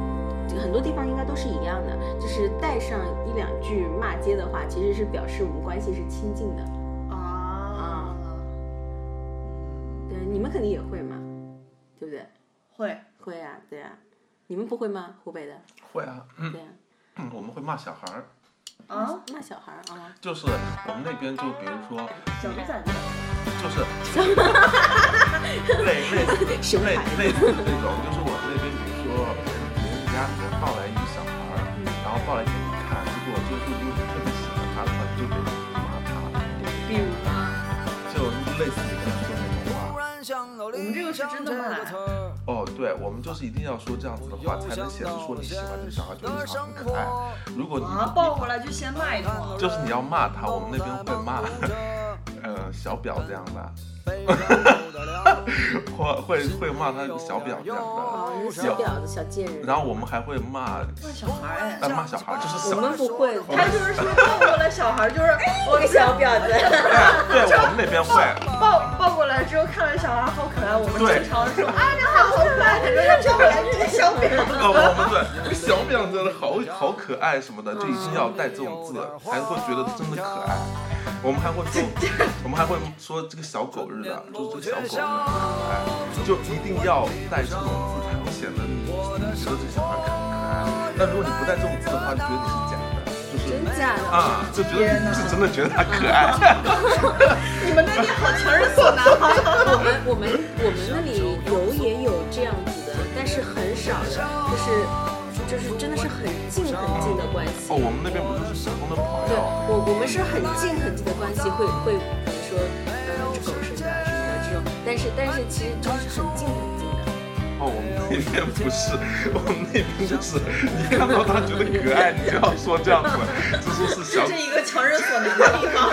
很多地方应该都是一样的，就是带上一两句骂街的话，其实是表示我们关系是亲近的。啊，对，你们肯定也会嘛，对不对？会，会啊，对啊，你们不会吗？湖北的，会啊，对啊，嗯我们会骂小孩儿，啊，骂小孩儿啊，就是我们那边就比如说小鱼崽子， 就是类类熊类孩子，类似那种，就是我们那边比如说别人家里面抱来一个小孩儿，嗯然后抱来给你看，如果就是因为你特别喜欢他的话，你就得骂他，比如呢，就类似于跟他说那种话。我我们这个是真的骂，哦，对，我们就是一定要说这样子的话，才能显示说你喜欢这个小孩，觉得这个小孩很可爱。如果你啊，抱过来就先骂一顿，就是你要骂他，我们那边会骂，呃，小婊这样的，会会会骂他小婊这样哦，是小婊子、小贱的，人。然后我们还会骂，骂小孩哎。呃，骂小孩就我是小，们不会，他就是说抱过来小孩，就是哎，我个小婊子。哎对我们那边会，抱抱过来之后看到小孩好可爱，我们对正常说啊，这孩子好可爱，然后他抱过来就是小婊子。呃，我们对小婊真的好好可爱什么的，就一定要带这种字，才会觉得真的可爱。我们还会说，我们还会说这个小狗日的，就是这个小狗日的很可爱，就一定要带这种字才会显得你你觉得这个小孩可可爱。那如果你不带这种字的话，你觉得你是假的，就是真假的？啊，就觉得你是真的觉得它可爱。你们那里好强人所难哈。我们我们我们那里有也有这样子的，但是很少的，就是就是真的是很近很近的关系哦，。我们那边不就是普通的朋对友，我我们是很近很近的关系，会会比如说呃这狗是的什么的这种，但是但是其实真是很近很近的。哦，我们那边不是，我们那边就是你看到它觉得可爱，你就要说这样子，就说是小这一个强人所难的地方，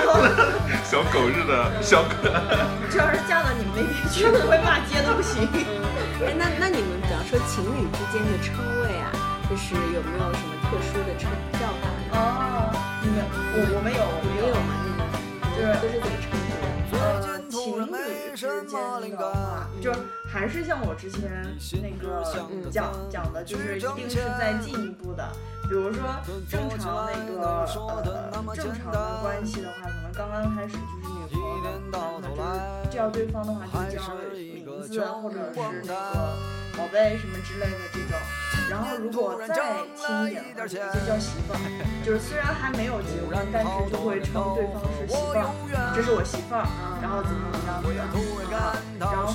小 狗日的小可爱，这要是嫁到你们那边去，不会骂街都不行。哎，那那你们比方说情侣之间的称谓啊，就是有没有什么特殊的称叫法呢？哦，你们我我们有我你们们有有吗？你们你们都是怎么称呼的？呃情侣之间的话，就是还是像我之前那个嗯讲讲的，就是一定是在进一步的。比如说正常那个呃正常的关系的话，可能刚刚开始就是女朋友男朋友就是叫对方的话就叫名字或者是那个宝贝什么之类的这种。然后如果再亲一点的话，直接叫媳妇儿，就是虽然还没有结婚，但是就会称对方是媳妇儿，这是我媳妇儿，然后怎么怎么样的。啊然后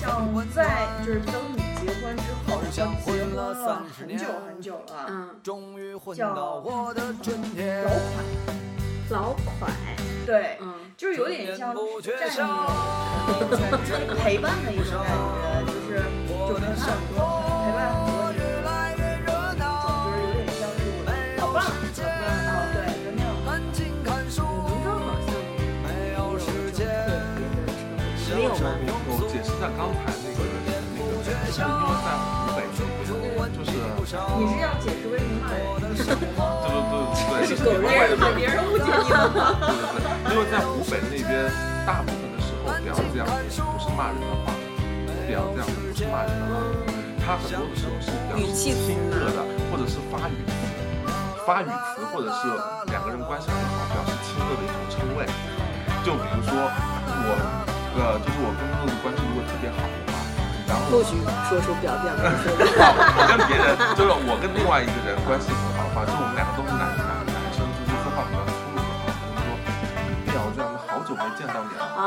像在就是等你结婚之后，要结婚了很久很久了，嗯，叫老款，老款，对，嗯，就是有点像占有陪伴的一种感觉，就是有陪伴很多陪伴很多年的就是有点像是我的老伴儿，啊，对，就那样。我们这儿好像没有什么特别的称呼，你们有吗？我我解释一下刚才那个那个，就是因为在湖北那边，就是你是要解释为什么骂人？对对对对，就是狗国外日的怕别人误解你了。对对对，因为在湖北那边，大部分的时候，不要这样不是骂人的话，不要这样不是骂人的话，他很多的时候是比较亲热的，或者是发语词，发语词，或者是两个人关系很好，表示亲热的一种称谓。就比如说我，呃，就是我跟乐乐的关系如果特别好的话，然后不许说出表表哥说的。我跟别人，就是我跟另外一个人关系很好的话，就我们两个都是男男男生，就是说话比较粗鲁的话，我就说，哎呀，我这样子好久没见到你了。 哦，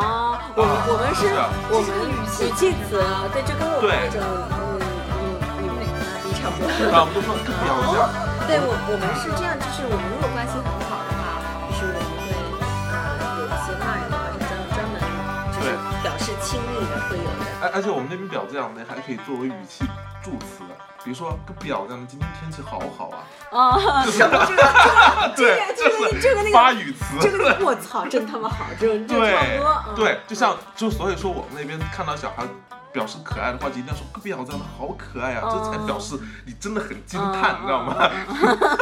我们我们是是啊我们语气词，啊对，就跟我们那对种嗯嗯你们你差不多。然后我们就说不要这样，对我我们是这样，就是我们如果关系很好的话，就是我们会呃有一些骂人的话，就专专门就是对表示亲密的会有的。而而且我们那边表这样的还可以作为语气助词，比如说跟表这样的，今天天气好好啊，哦，就是这个对， 就是这个那个发语词，这个我操，真他妈好，这种这种差不对多。嗯对，就像就所以说我们那边看到小孩。表示可爱的话，就一定要说“隔壁好这样的好可爱啊”，嗯这才表示你真的很惊叹，你知道吗？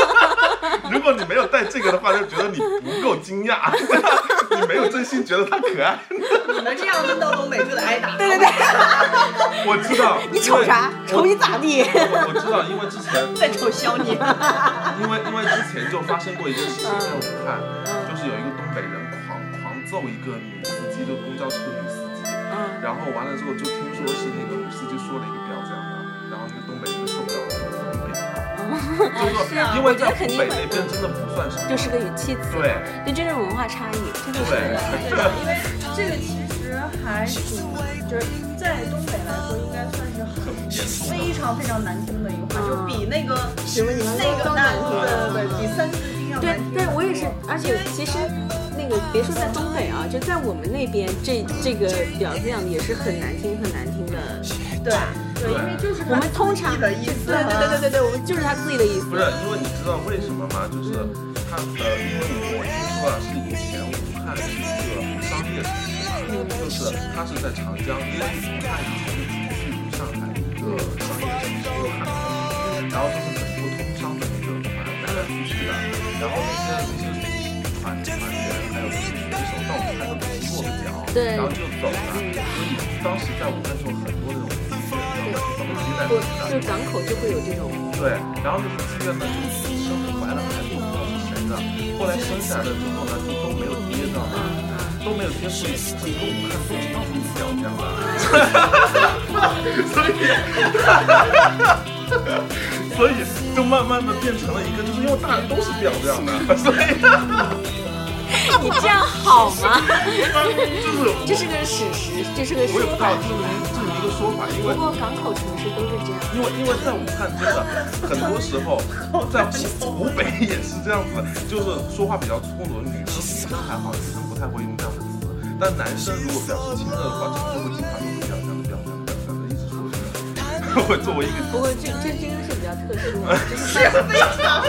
如果你没有带这个的话，就觉得你不够惊讶， 你没有真心觉得他可爱。你们这样真的都每次的挨打。对对对，我知道， 你嗯瞅啥？瞅你咋地？因为？我我知道，因为之前 再瞅削你。 因为因为之前就发生过一件事情嗯在武汉，就是有一个东北人狂狂揍一个女司机，就公交车女司机，嗯然后完了之后就听说是那个女司机说了一个不要这样的，然后那个东北人就受不了了，就这么表达， 就是是啊因为在我觉得湖肯定北会那边真的不算什么，就是个语气词，对对，这是文化差异，这就是 文化差异。对，因为这个其实还属于就是在东北来说，应该算是很很严肃的。非常非常难听的一个话，就比那个嗯请问你们那个都难那听对对对，比三字经要难对听。对，我也是，而且其实那个别说在东北啊，就在我们那边，这这个表这样的也是很难听、很难听的。对对，因为就是我们通常嗯的意思。对对对对对对，我们就是他自己的意思。不是，因为你知道为什么吗？就是他呃，因为我听说啊，是以前武汉是一个商业城市，就是它是在长江，因为武汉以前是属于上海一个商业城市，有海关，然后就是很多通商的那个船来来去去的，然后那些那些船船员还有那些水手到武汉都只是落个脚，对然后就走了。所以当时在武汉的时候，很多那种妓院，然后都是在我那里的。就是港口就会有这种，对，然后就是妓院呢，就是生怀了孩子不知道是谁的，后来生下来了之后呢，就都没有接到，都没有接触，整个武汉都到处是表象的，所以， 所以就慢慢的变成了一个，就是因为大家都是表象的，所以 你这样好吗？ 就是这是个史实，这是个我说也不知法道，这。是这是一个说法，因为不。过港口城市都是这样。因为因为在武汉真的很多时候，在湖湖北也是这样子，就是说话比较粗鲁，女生女生还好，女生不太会用这样的词，但男生如果表示亲热的话，就会经常用表扬的表扬表扬的一直说这个。我呃作为一个不过这这这个是比较特殊的，就是非常。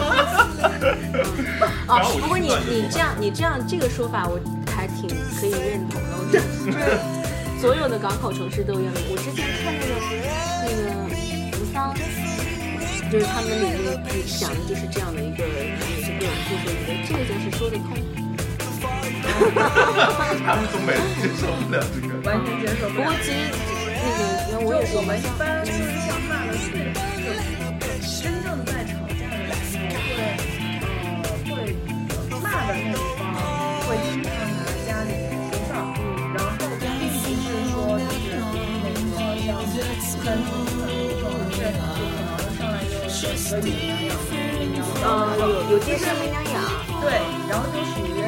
然后哦我，就不过你知道你你这样你这样这个说法我还挺可以认同的，我觉得。所有的港口城市都一样的。我之前看那个那个扶桑，就是他们里面讲的就是这样的一个也是各种故事，我觉得这个就是说得通。他们东北人接受不了这个。完全接受不不了过。其实那个就我也我们一般就是像骂了去，就是真正在吵架的时候会，呃，会骂的那一方会经常拿家里面说事儿，然后并不是说就是那个像跟同性恋这种这种就可能上来就呃有有有点娘痒，健身没娘养，对，然后就属于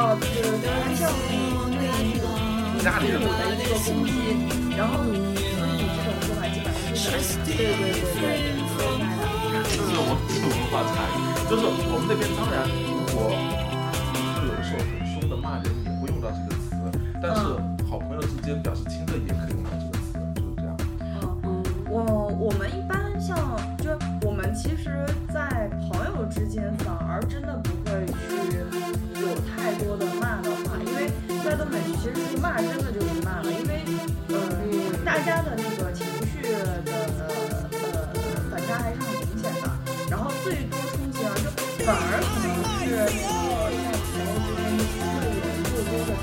哦，对对对，它像你对这种家里父人母的一个攻击，然后你你这种做法基本上是对对对对对，明白的。这是我们这种文化差异，就是我们那边当然，如果就有的时候很凶的骂人也会用到这个词，但是好朋友之间表示亲热也可以用到这个词，就是这样。嗯，嗯，我我们一般像就我们其实，在朋友之间反而真的不会去有太多的骂的话，因为在东北其实是骂真的就是骂了，因为呃大家的那个情绪的呃反差还是很明显的。然后最多冲击啊，就反而可能是那个像朋友之间会有过多的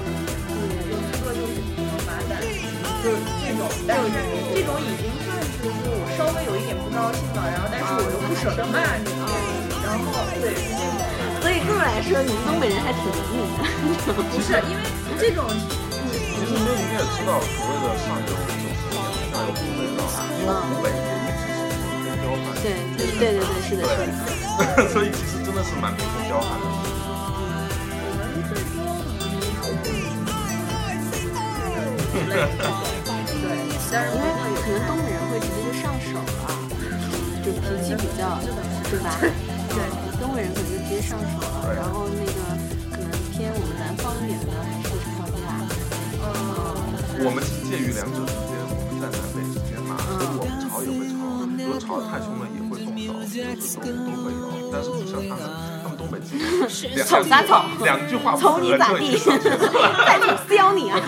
就是有一个就是比较麻烦，就是这种，但是这种已经算是就是我稍微有一点不高兴了，然后但是我又不舍得骂你，然后对是这种，所以对我来说，你们东北人还挺文明的。不是因为哎这种其实你也知道所谓的上游就是下游不会到，因为湖北也一直是一个彪悍，对对对对对，是的，是的。对，所以其实真的是蛮平衡彪悍的。我们最多可能就是对，但嗯是因不为会有可能东北人会直接就上手了，就脾气比较，对 吧？对，东北人可能就直接上手了，然后那个可能偏我们南方一点的还是会上不来。我们是介于两者之间，我们在南北之间嘛，我们吵也会吵，如果吵得太凶了也会动手，就是都都会有，但是不像他们，他们东北基本上两丑啥丑两句话不瞅你合咋就已地经上去了， 再怎么削你啊！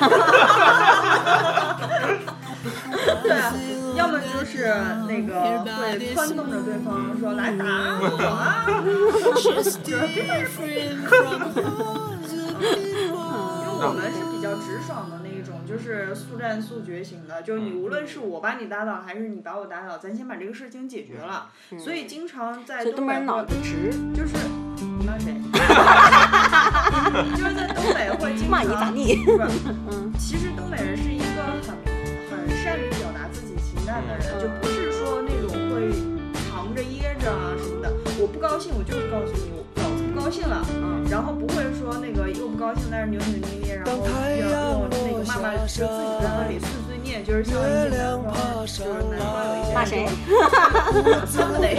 对，啊要么就是那个会宽动着对方说来打我啊， 就是别在这儿 因为我们是比较直爽的那一种，就是速战速决型的，就是你无论是我把你打倒还是你把我打倒，咱先把这个事情解决了。所以经常在所以东东北北人脑子 直，就是你骂 谁，就是在东北会经常骂你咋地？嗯 不是，其实东北人是一个很很善于表达自己情感嗯的人，就不是说那种会藏着掖着啊什么的。我不高兴，我就是告诉你，我老子不高兴了。嗯，然后不会说那个又不高兴，但是扭扭捏捏，然后要用那个骂骂，就自己在那里碎碎念，就是像一些南方，就是南方有一些骂谁？他们得，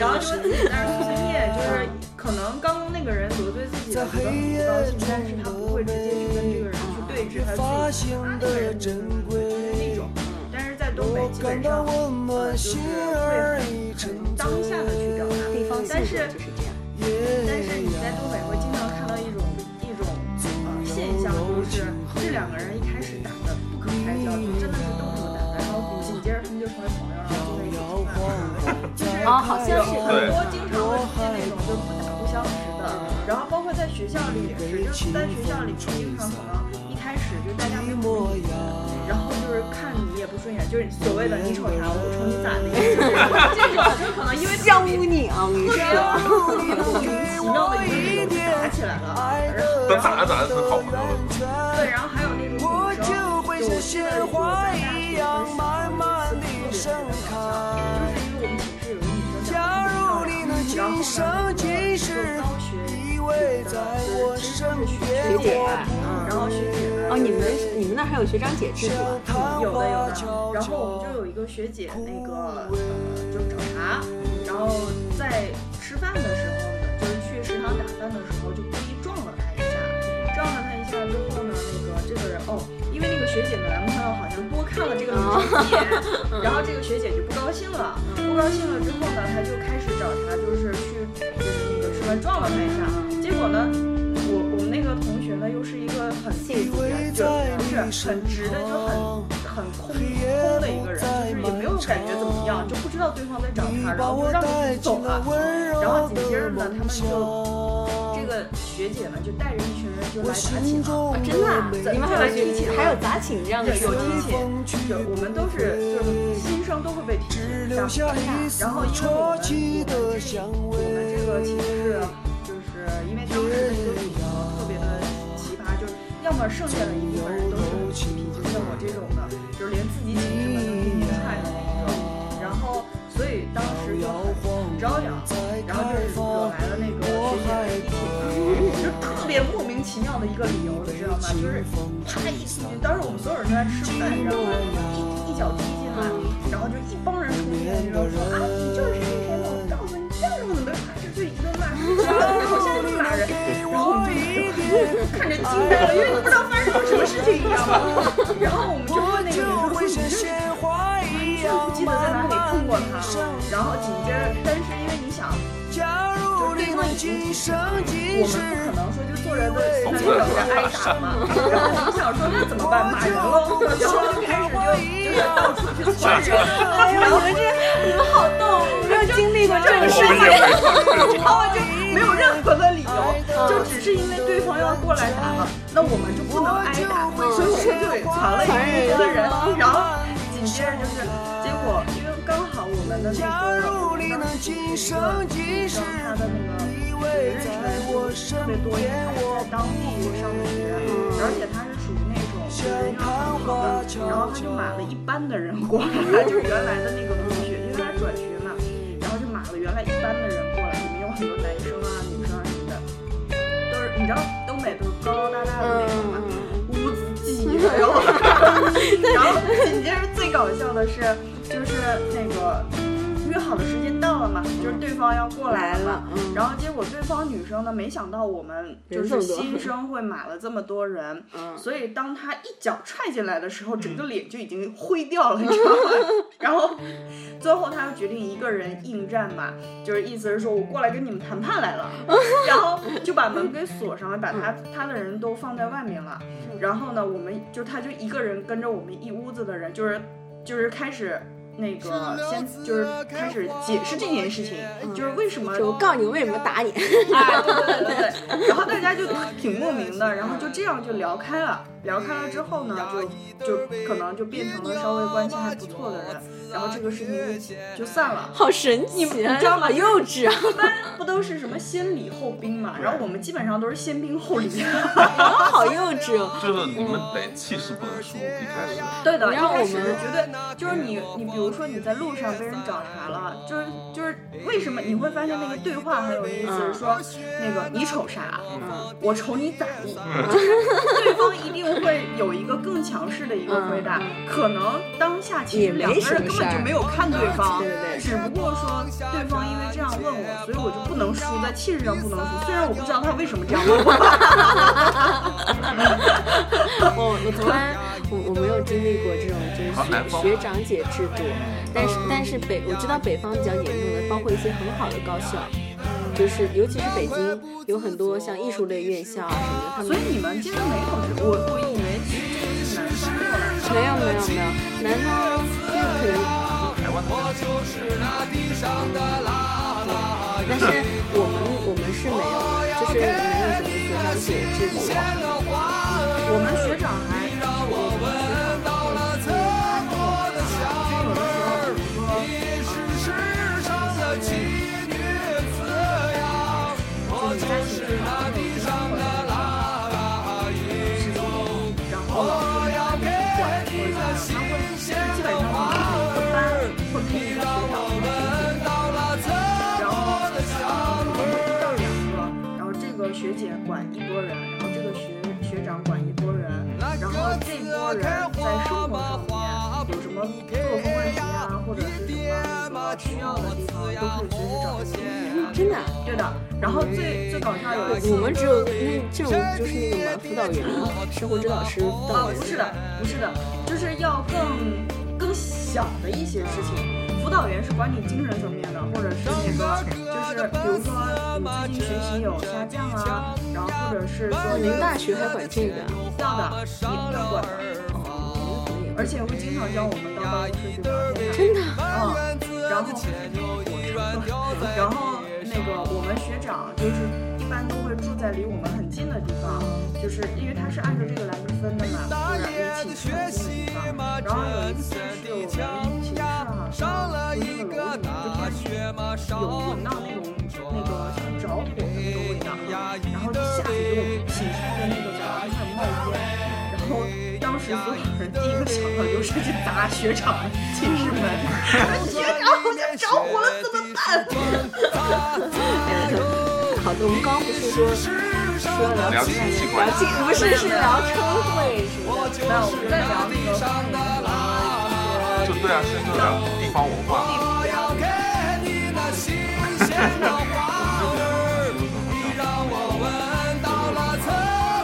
然后就会自己在那儿碎碎念，就是可能刚刚那个人得罪自己了，觉得很不高兴，但是他不会直接去跟这个人去对峙，他自己啊那个人就是那种。但是在东北基本上，呃，就是会很当下的去表达地方性但是格就是这样。但是你在东北会经常看到一种一种呃现象，就是这两个人一开始打的不可开交，就真的是动手打的，然后紧接着他们就成为朋友，然后就在一起吃饭了，就是哦，好像是很多经常会出现那种就不打不相识的，然后包括在学校里也是，就是在学校里经常可能一开始就大家没有什么意见，然后就是看你也不顺眼，就是所谓的你瞅啥我瞅你咋的，就是这种就可能因为削你啊！我跟你特别说，莫名其妙的一个理由就打起来了，然后但打着打着成好朋友了。对，然后还有那种女生，就我记得我在大学的时候有一次特别特别搞笑，就是因为学姐我们寝室有个女生长得很漂亮，然后呢，那个就高学历就是其实是学姐，然后学姐呢哦，你们你们那儿还有学长姐制度啊？有的有的。然后我们就有一个学姐，那个呃，就是找茬，然后在吃饭的时候呢，就是去食堂打饭的时候，就故意撞了她一下。撞了她一下之后呢，那个这个人哦，因为那个学姐的男朋友好像多看了这个女生一眼，然后这个学姐就不高兴了。不高兴了之后呢，她就开始找茬，就是去就是那个吃饭撞了她一下。结果呢，我我们那个同学呢，又是一个很性虚子很很直的，就很很空空的一个人，就是也没有感觉怎么样，就不知道对方在找茬，然后就让你自己走了。然后紧接着呢，他们就这个学姐们就带着一群人就来打起了。啊真的啊，在你们还在有一起还有杂寝这样的对，有说法提起，有我们都是就是新生都会被提起，然后然后因为我们我们这我们这个寝室就是因为当时的一个组合特别的奇葩，就是要么剩下的一部分人都是脾气像我这种的，就是连自己寝室门都给你踹的那一种，然后所以当时就很招摇，然后就是惹来了那个学姐的批评，就特别莫名其妙的一个理由，你知道吗？就是啪一进去，当时我们所有人都在吃饭，然后一一脚踢进来，然后就一帮人冲进来，然后说啊，你就是谁谁谁的，我告诉你，这样怎么样？就一顿骂，然后现在就骂人，然后我们就看着惊呆了，因为你不知道发生了什么事情，你知道吗？然后我们就问那个女生说，你这是不记得在哪里碰过他，然后紧接着，但是因为你想，就是对方已经提出了我们不可能说就坐着在那里等着挨打嘛，然后我们想说那怎么办？骂人喽，然后就开始就就是到处 去窜人，然后哎好逗，我没有经历过这种事我情。也会， 然后就没有任何的理哎由，就只是因为对方要过来打了，那我们就不能挨打，所以我们就给传了一个人，然后紧接着就是，结果因为刚好我们的那个我们当时是一个让他的那个认识的就是特别多，因为他也在当地上的学，而且他是哎属于那种人缘很好的，然后他就买了一班的人过来，就是原来的那个同学，因为他转学嘛。然后就买了原来一班的人过来，里面有很多男生啊、女生啊什么的，都是你知道东北都是高高大大的那种嘛，嗯乌子髻，然后然后紧接着最搞笑的是，就是那个约好的时间到了嘛，就是对方要过来了，嗯然后结果对方女生呢，没想到我们就人这是么多新生会买了这么多人，嗯所以当他一脚踹进来的时候，整个脸就已经灰掉了，你知道吗？然后最后他又决定一个人应战嘛，就是意思是说我过来跟你们谈判来了，然后就把门给锁上了，把他他的人都放在外面了。然后呢，我们就他就一个人跟着我们一屋子的人，就是就是开始。那个先就是开始解释这件事情，就是为什么就我告诉你，我为什么打你？哎，对对对对对，然后大家就挺莫名的，然后就这样就聊开了。聊开了之后呢，就就可能就变成了稍微关系还不错的人，然后这个事情就就散了。 好神奇啊，你知道吗好幼稚啊！一般不都是什么先礼后兵嘛，然后我们基本上都是先兵后 礼。 好幼稚哦。就是你们得气势不能输，一开始。对的，你一让开我始们绝对就是你，你比如说你在路上被人找茬了，就是就是为什么你会发现那个对话很有意思，嗯是说那个你瞅啥，我瞅你咋地， 对方一定会有一个更强势的一个回答，嗯可能当下其实两个人根本就没有看对方，也没什么事儿对对对只不过说对方因为这样问我，所以我就不能输，在气势上不能输，虽然我不知道他为什么这样问 我，我我从来我我没有经历过这种就是好南方学学长姐制度，嗯但是但是北我知道北方比较严重的，包括一些很好的高校，就是尤其是北京有很多像艺术类院校啊什么的，他们所以你们竟然没有，我我以为其实这个是南方过没有来的。没有没有，南方就是可能台湾的但是我们我们是没有的，就是没有什么学长姐制度。我们学长还，我们学长会催他跟我们打，就有的时候，比如说，呃，就是在学校会有一个课时间，然后老师他会管或者他会，基本上一个班会配一个学长和学姐，然后。到两个，然后这个学姐管一拨人，然后这个学学长管一拨人，然后这拨人在生活上面有什么作风问题啊，或者是什么那个需要的地方，都可以随时找他倾诉啊。真的啊，对的，然后最最搞笑有一次我，们只有那这种就是那种嘛辅导员、生活指导师、辅啊导，员不是的，不是的，就是要更更小的一些事情。辅辅导员是管你精神层面的，或者是那个就是比如说你最近学习有下降啊，然后或者是说哦，你您大学还管这个啊？要的也会管，哦，可能也不而且会经常教我们到办公室去聊天啊。真的嗯，然后，嗯然后那个我们学长就是一般都会住在离我们很近的地方，就是因为他是按照这个来分的嘛，就是离寝室很近的地方。然后有一次是我们寝室哈、啊，就那个楼里面就开始有闻到那种那个像着火的那个味道，啊然后一下子就寝室的那个走廊就开始冒烟，然后当时所有人第一个想到就是去砸学长寝室门，学长好像着火了怎么办？好的，我们刚刚不是说说聊聊亲戚关系，这不是是聊车会什么的，没有，我们在聊那个方言就对啊，是就聊地方文化。我们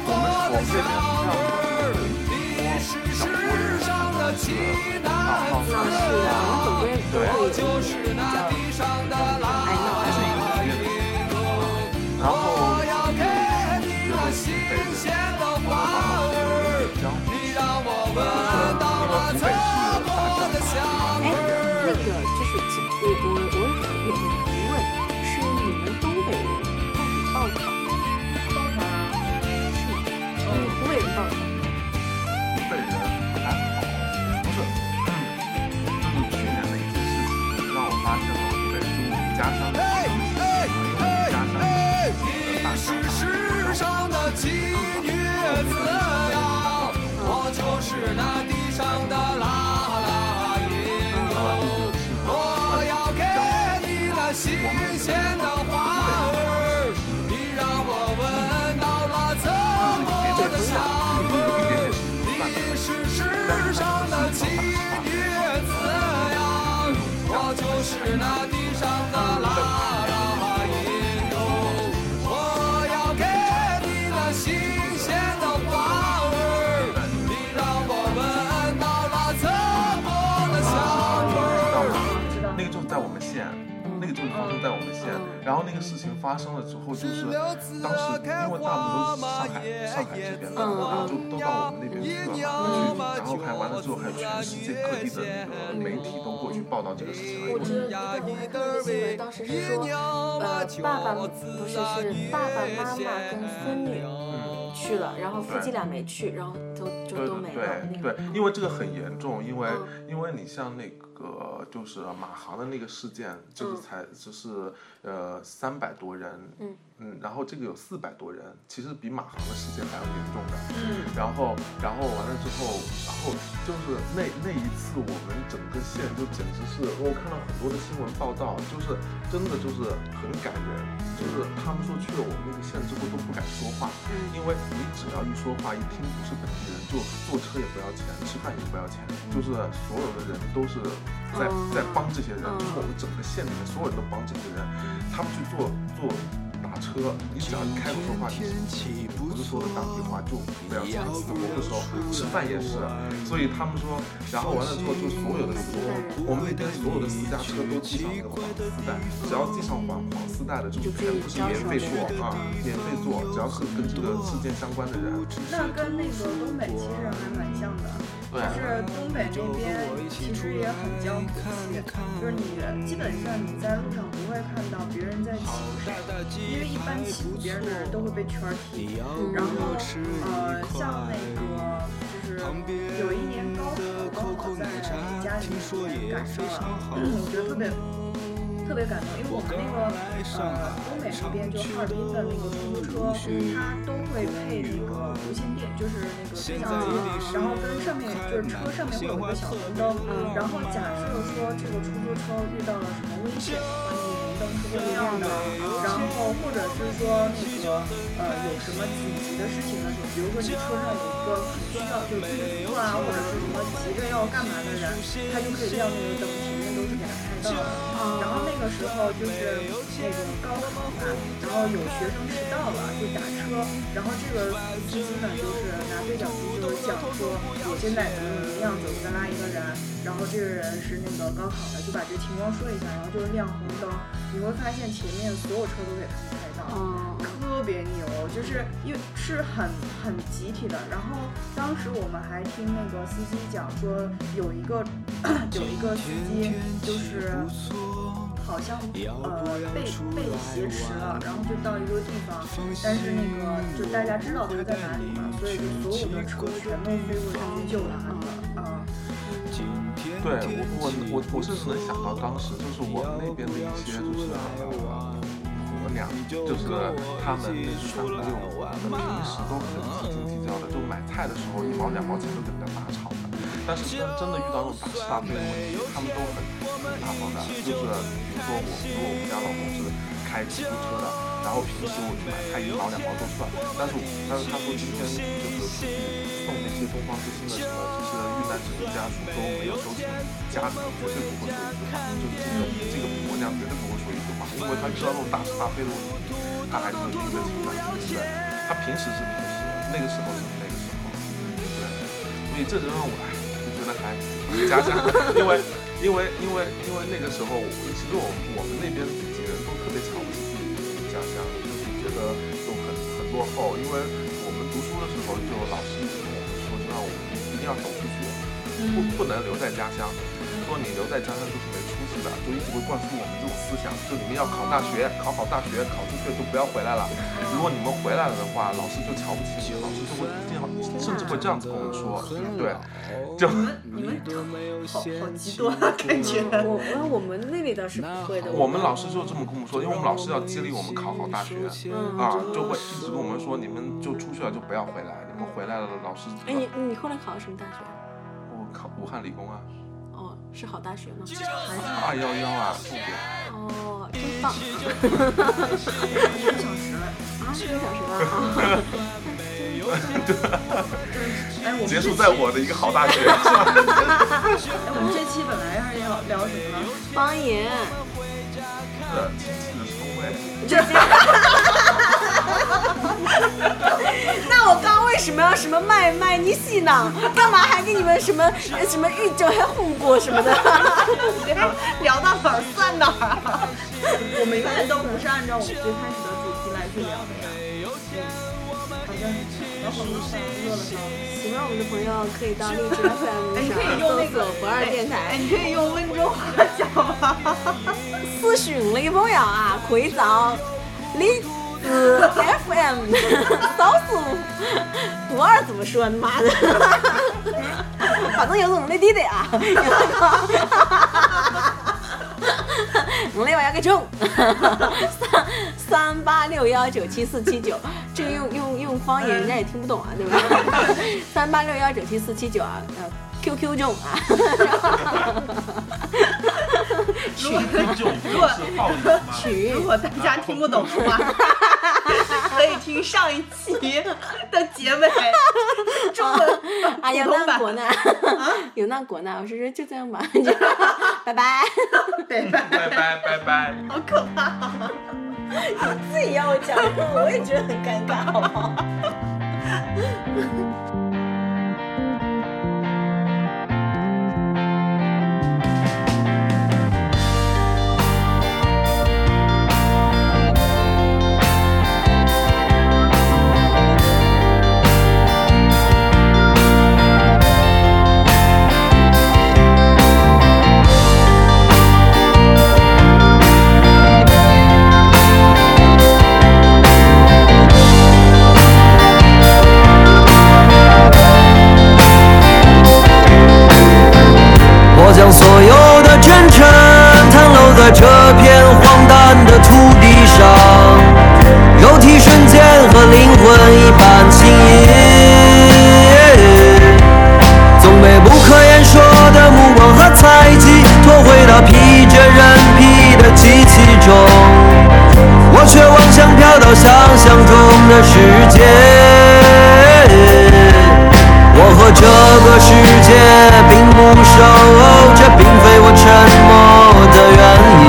我们这边是这样的，就是小郭是这个大方向是的，我们总归都会有一些比较爱闹爱是一个职业的选择然后觉得西北人比较好比较好就是因为湖北是大江大哎，那个就是其实我我我有个疑问，是你们东北人到底报考吗？是吗？嗯你湖北人报考吗？湖北人还好，不是，嗯，就是去年的一件事情让我发现了湖北就是我们家乡的东西，我们家乡的大家世上的妓女怎样？我就是那地上的拉拉银钩，我要给你那新鲜的花儿，你让我闻到了怎么的香味儿。你是世上的奇女子呀，我就是那地上的拉拉银钩，我要给你那新鲜的花儿，你让我闻到了怎么的香味儿。知道那个就是在我们县，那个就是发生在我们县。然后那个事情发生了之后，就是当时因为大部分都是上海上海这边的，嗯然后就都到我们那边去了，去，然后还完了之后，还有全世界各地的那个媒体都过去报道这个事情了。因我为知道，我还看那个新闻，当时是说，呃，爸爸不是是爸爸妈妈跟孙女去了，然后夫妻俩没去，然后都就对都没了。那对个对，因为这个很严重，因为嗯因为你像那个就是马航的那个事件，就嗯是才就是呃三百多人，嗯然后这个有四百多人，其实比马航的事件还要严重的。嗯然后然后完了之后，然后就是那那一次我们整个县就简直是，我看到很多的新闻报道，就是真的就是很感人。就是他们说去了我们那个县之后都不敢说话，嗯因为你只要一说话，一听不是本地人，就坐车也不要钱，吃饭也不要钱，就是所有的人都是在、嗯在帮这些人，嗯就是我们整个县里面所有人都帮这些人，他们去坐坐打车，你只要一开口说话，你不是说的当地话就不要钱。哎我那时候吃饭也是，啊所以他们说，然后完了之后就所有的私家，我们那边所有的私家车都系上那个黄丝带，只要系上黄黄丝带的，就全部是免费坐啊，免费坐，只要是跟这个事件相关的人，那跟那个东北其实还蛮像的，对。就是东北这边其实也很讲骨气，就是你基本上你在路上不会看到别人在欺负谁，因为一般欺负别人的人都会被圈儿踢。然后呃，像那个就是有一年高考，高考在李佳琦里面赶上了， 我觉得特别。特别感动，因为我们那个呃东北那边就哈尔滨的那个出租车，它都会配那个无线电，就是那个摄像机，然后跟上面就是车上面会有一个小红灯，然后假设说这个出租车遇到了什么危险，那个红灯是会亮的，然后或者是说那个呃有什么紧急的事情的时候，比如说你车上有一个很重要就是病毒啊，或者是什么急着要干嘛的人，他就可以亮那个灯，停那个。都是给他拍到的。然后那个时候就是那个高考嘛，然后有学生迟到了就打车，然后这个司机呢就是拿对讲机就是讲说，我现在怎么怎么样，怎么再拉一个人，然后这个人是那个高考的，就把这情况说一下，然后就是亮红灯，你会发现前面所有车都给他们拍到了。嗯，特别牛，就是因为是很很集体的。然后当时我们还听那个司机讲说，有一个 有一个司机就是好像呃被被挟持了，然后就到一个地方，但是那个就大家知道他在哪里嘛，所以就所有的车全都飞过去救他了啊。对我我我我甚至能想到当时就是我们那边的一些就是呃婆娘，就是他们就是穿的那种，平时都很斤斤计较的，就买菜的时候一毛两毛钱都跟人家打吵的。但是真真的遇到那种大是大非的问题，他们都很很大方的，就是比如说我，如果我们家老公是开出租车的，然后平时我去买菜一毛两毛都算，但是我但是他说今天就是送那些东方之星的什么，就是遇难者的家属都没有收钱，家里绝对不会说一句话，就是这个这个婆娘绝对不会说一句话，因为她知道那种大是大非的问题，她还是拎得清的，是的，她平时是平时，那个时候是那个时候，对，所以这就让我哎，就觉得还挺家乡， 因为因为因为因为那个时候，我其实我我们那边自己人都特别瞧不起自己家乡，就是觉得就很很落后，因为我们读书的时候就老师一直跟我们说，就让我们一定要走出去，不不能留在家乡。说你留在家乡就是没出息的，就一直会灌输我们这种思想，就你们要考大学，考好大学，考出去就不要回来了。如果你们回来了的话，老师就瞧不起你，老师就会一定要，甚至会这样子跟我们说，对，就你们好好极端啊，感觉。哦我我我们那里倒是不会的，我们老师就这么跟我们说，因为我们老师要激励我们考好大学，嗯啊，就会一直跟我们说，你们就出去了就不要回来，你们回来了老师。哎，你你后来考的什么大学啊？我考武汉理工啊，哦，是好大学吗？二幺幺啊，重点。哦，真棒！ 啊，一个小时了啊！哎，我们结这束在我的一个好大学，是吧？哎我们这期本来是要聊什么呢？方言，是亲戚的称谓。 那我刚为什么要什么卖卖你戏呢？干嘛还跟你们什么什么遇就还互过什么的？聊到哪儿算哪儿啊。我们永远都不是按照我们最开始的主题来去聊的呀。好呃的，然后我们上热了吗？喜欢我们的朋友可以到荔枝哎 FM 上搜索“不二电台你可以用温州话讲吗？”， 私讯雷朋友啊，可以找荔枝 FM 搜索“不二”怎么说？妈的， 反正有种内地的啊，我另外一个钟，三三八六幺九七四七九，这个用用用方言人家也听不懂啊，对 吧？三八六幺九七四七九啊，呃，QQ 中啊，取一 种就是暴力吗？ 取如果大家听不懂 的话，可以听上一期的结尾，中文啊，有普通难版国难，有难国难，我是说就这样吧， 就拜拜。对吧？拜拜拜拜。好可怕、啊！自己要我讲，我也觉得很尴尬，好不好？我将所有的真诚袒露在这片荒诞的土地上，肉体瞬间和灵魂一般轻盈，总被不可言说的目光和猜忌拖回到披着人皮的机器中，我却妄想飘到想象中的世界。我和这个世界并不熟，这并非我沉默。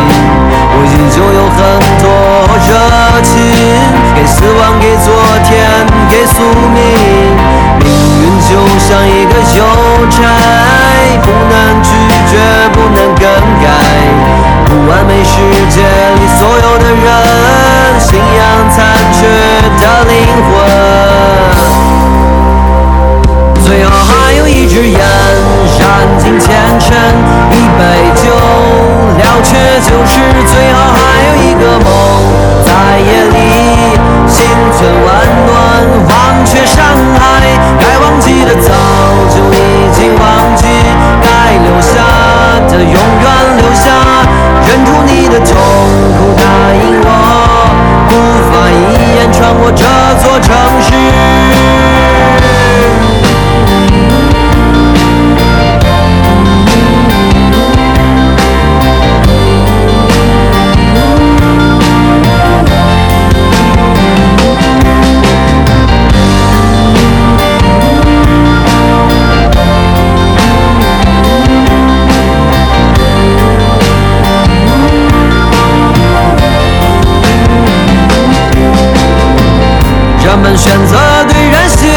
那对人心，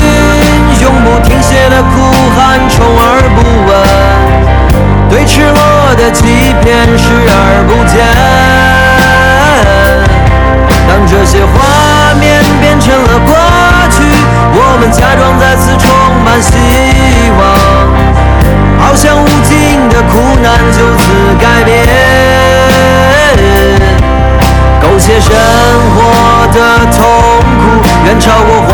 永不停歇的哭喊，充耳不闻，对赤裸的欺骗视而不见。当这些画面变成了过去，我们假装再次充满希望，好像无尽的苦难就此改变，苟且生活的痛苦远超过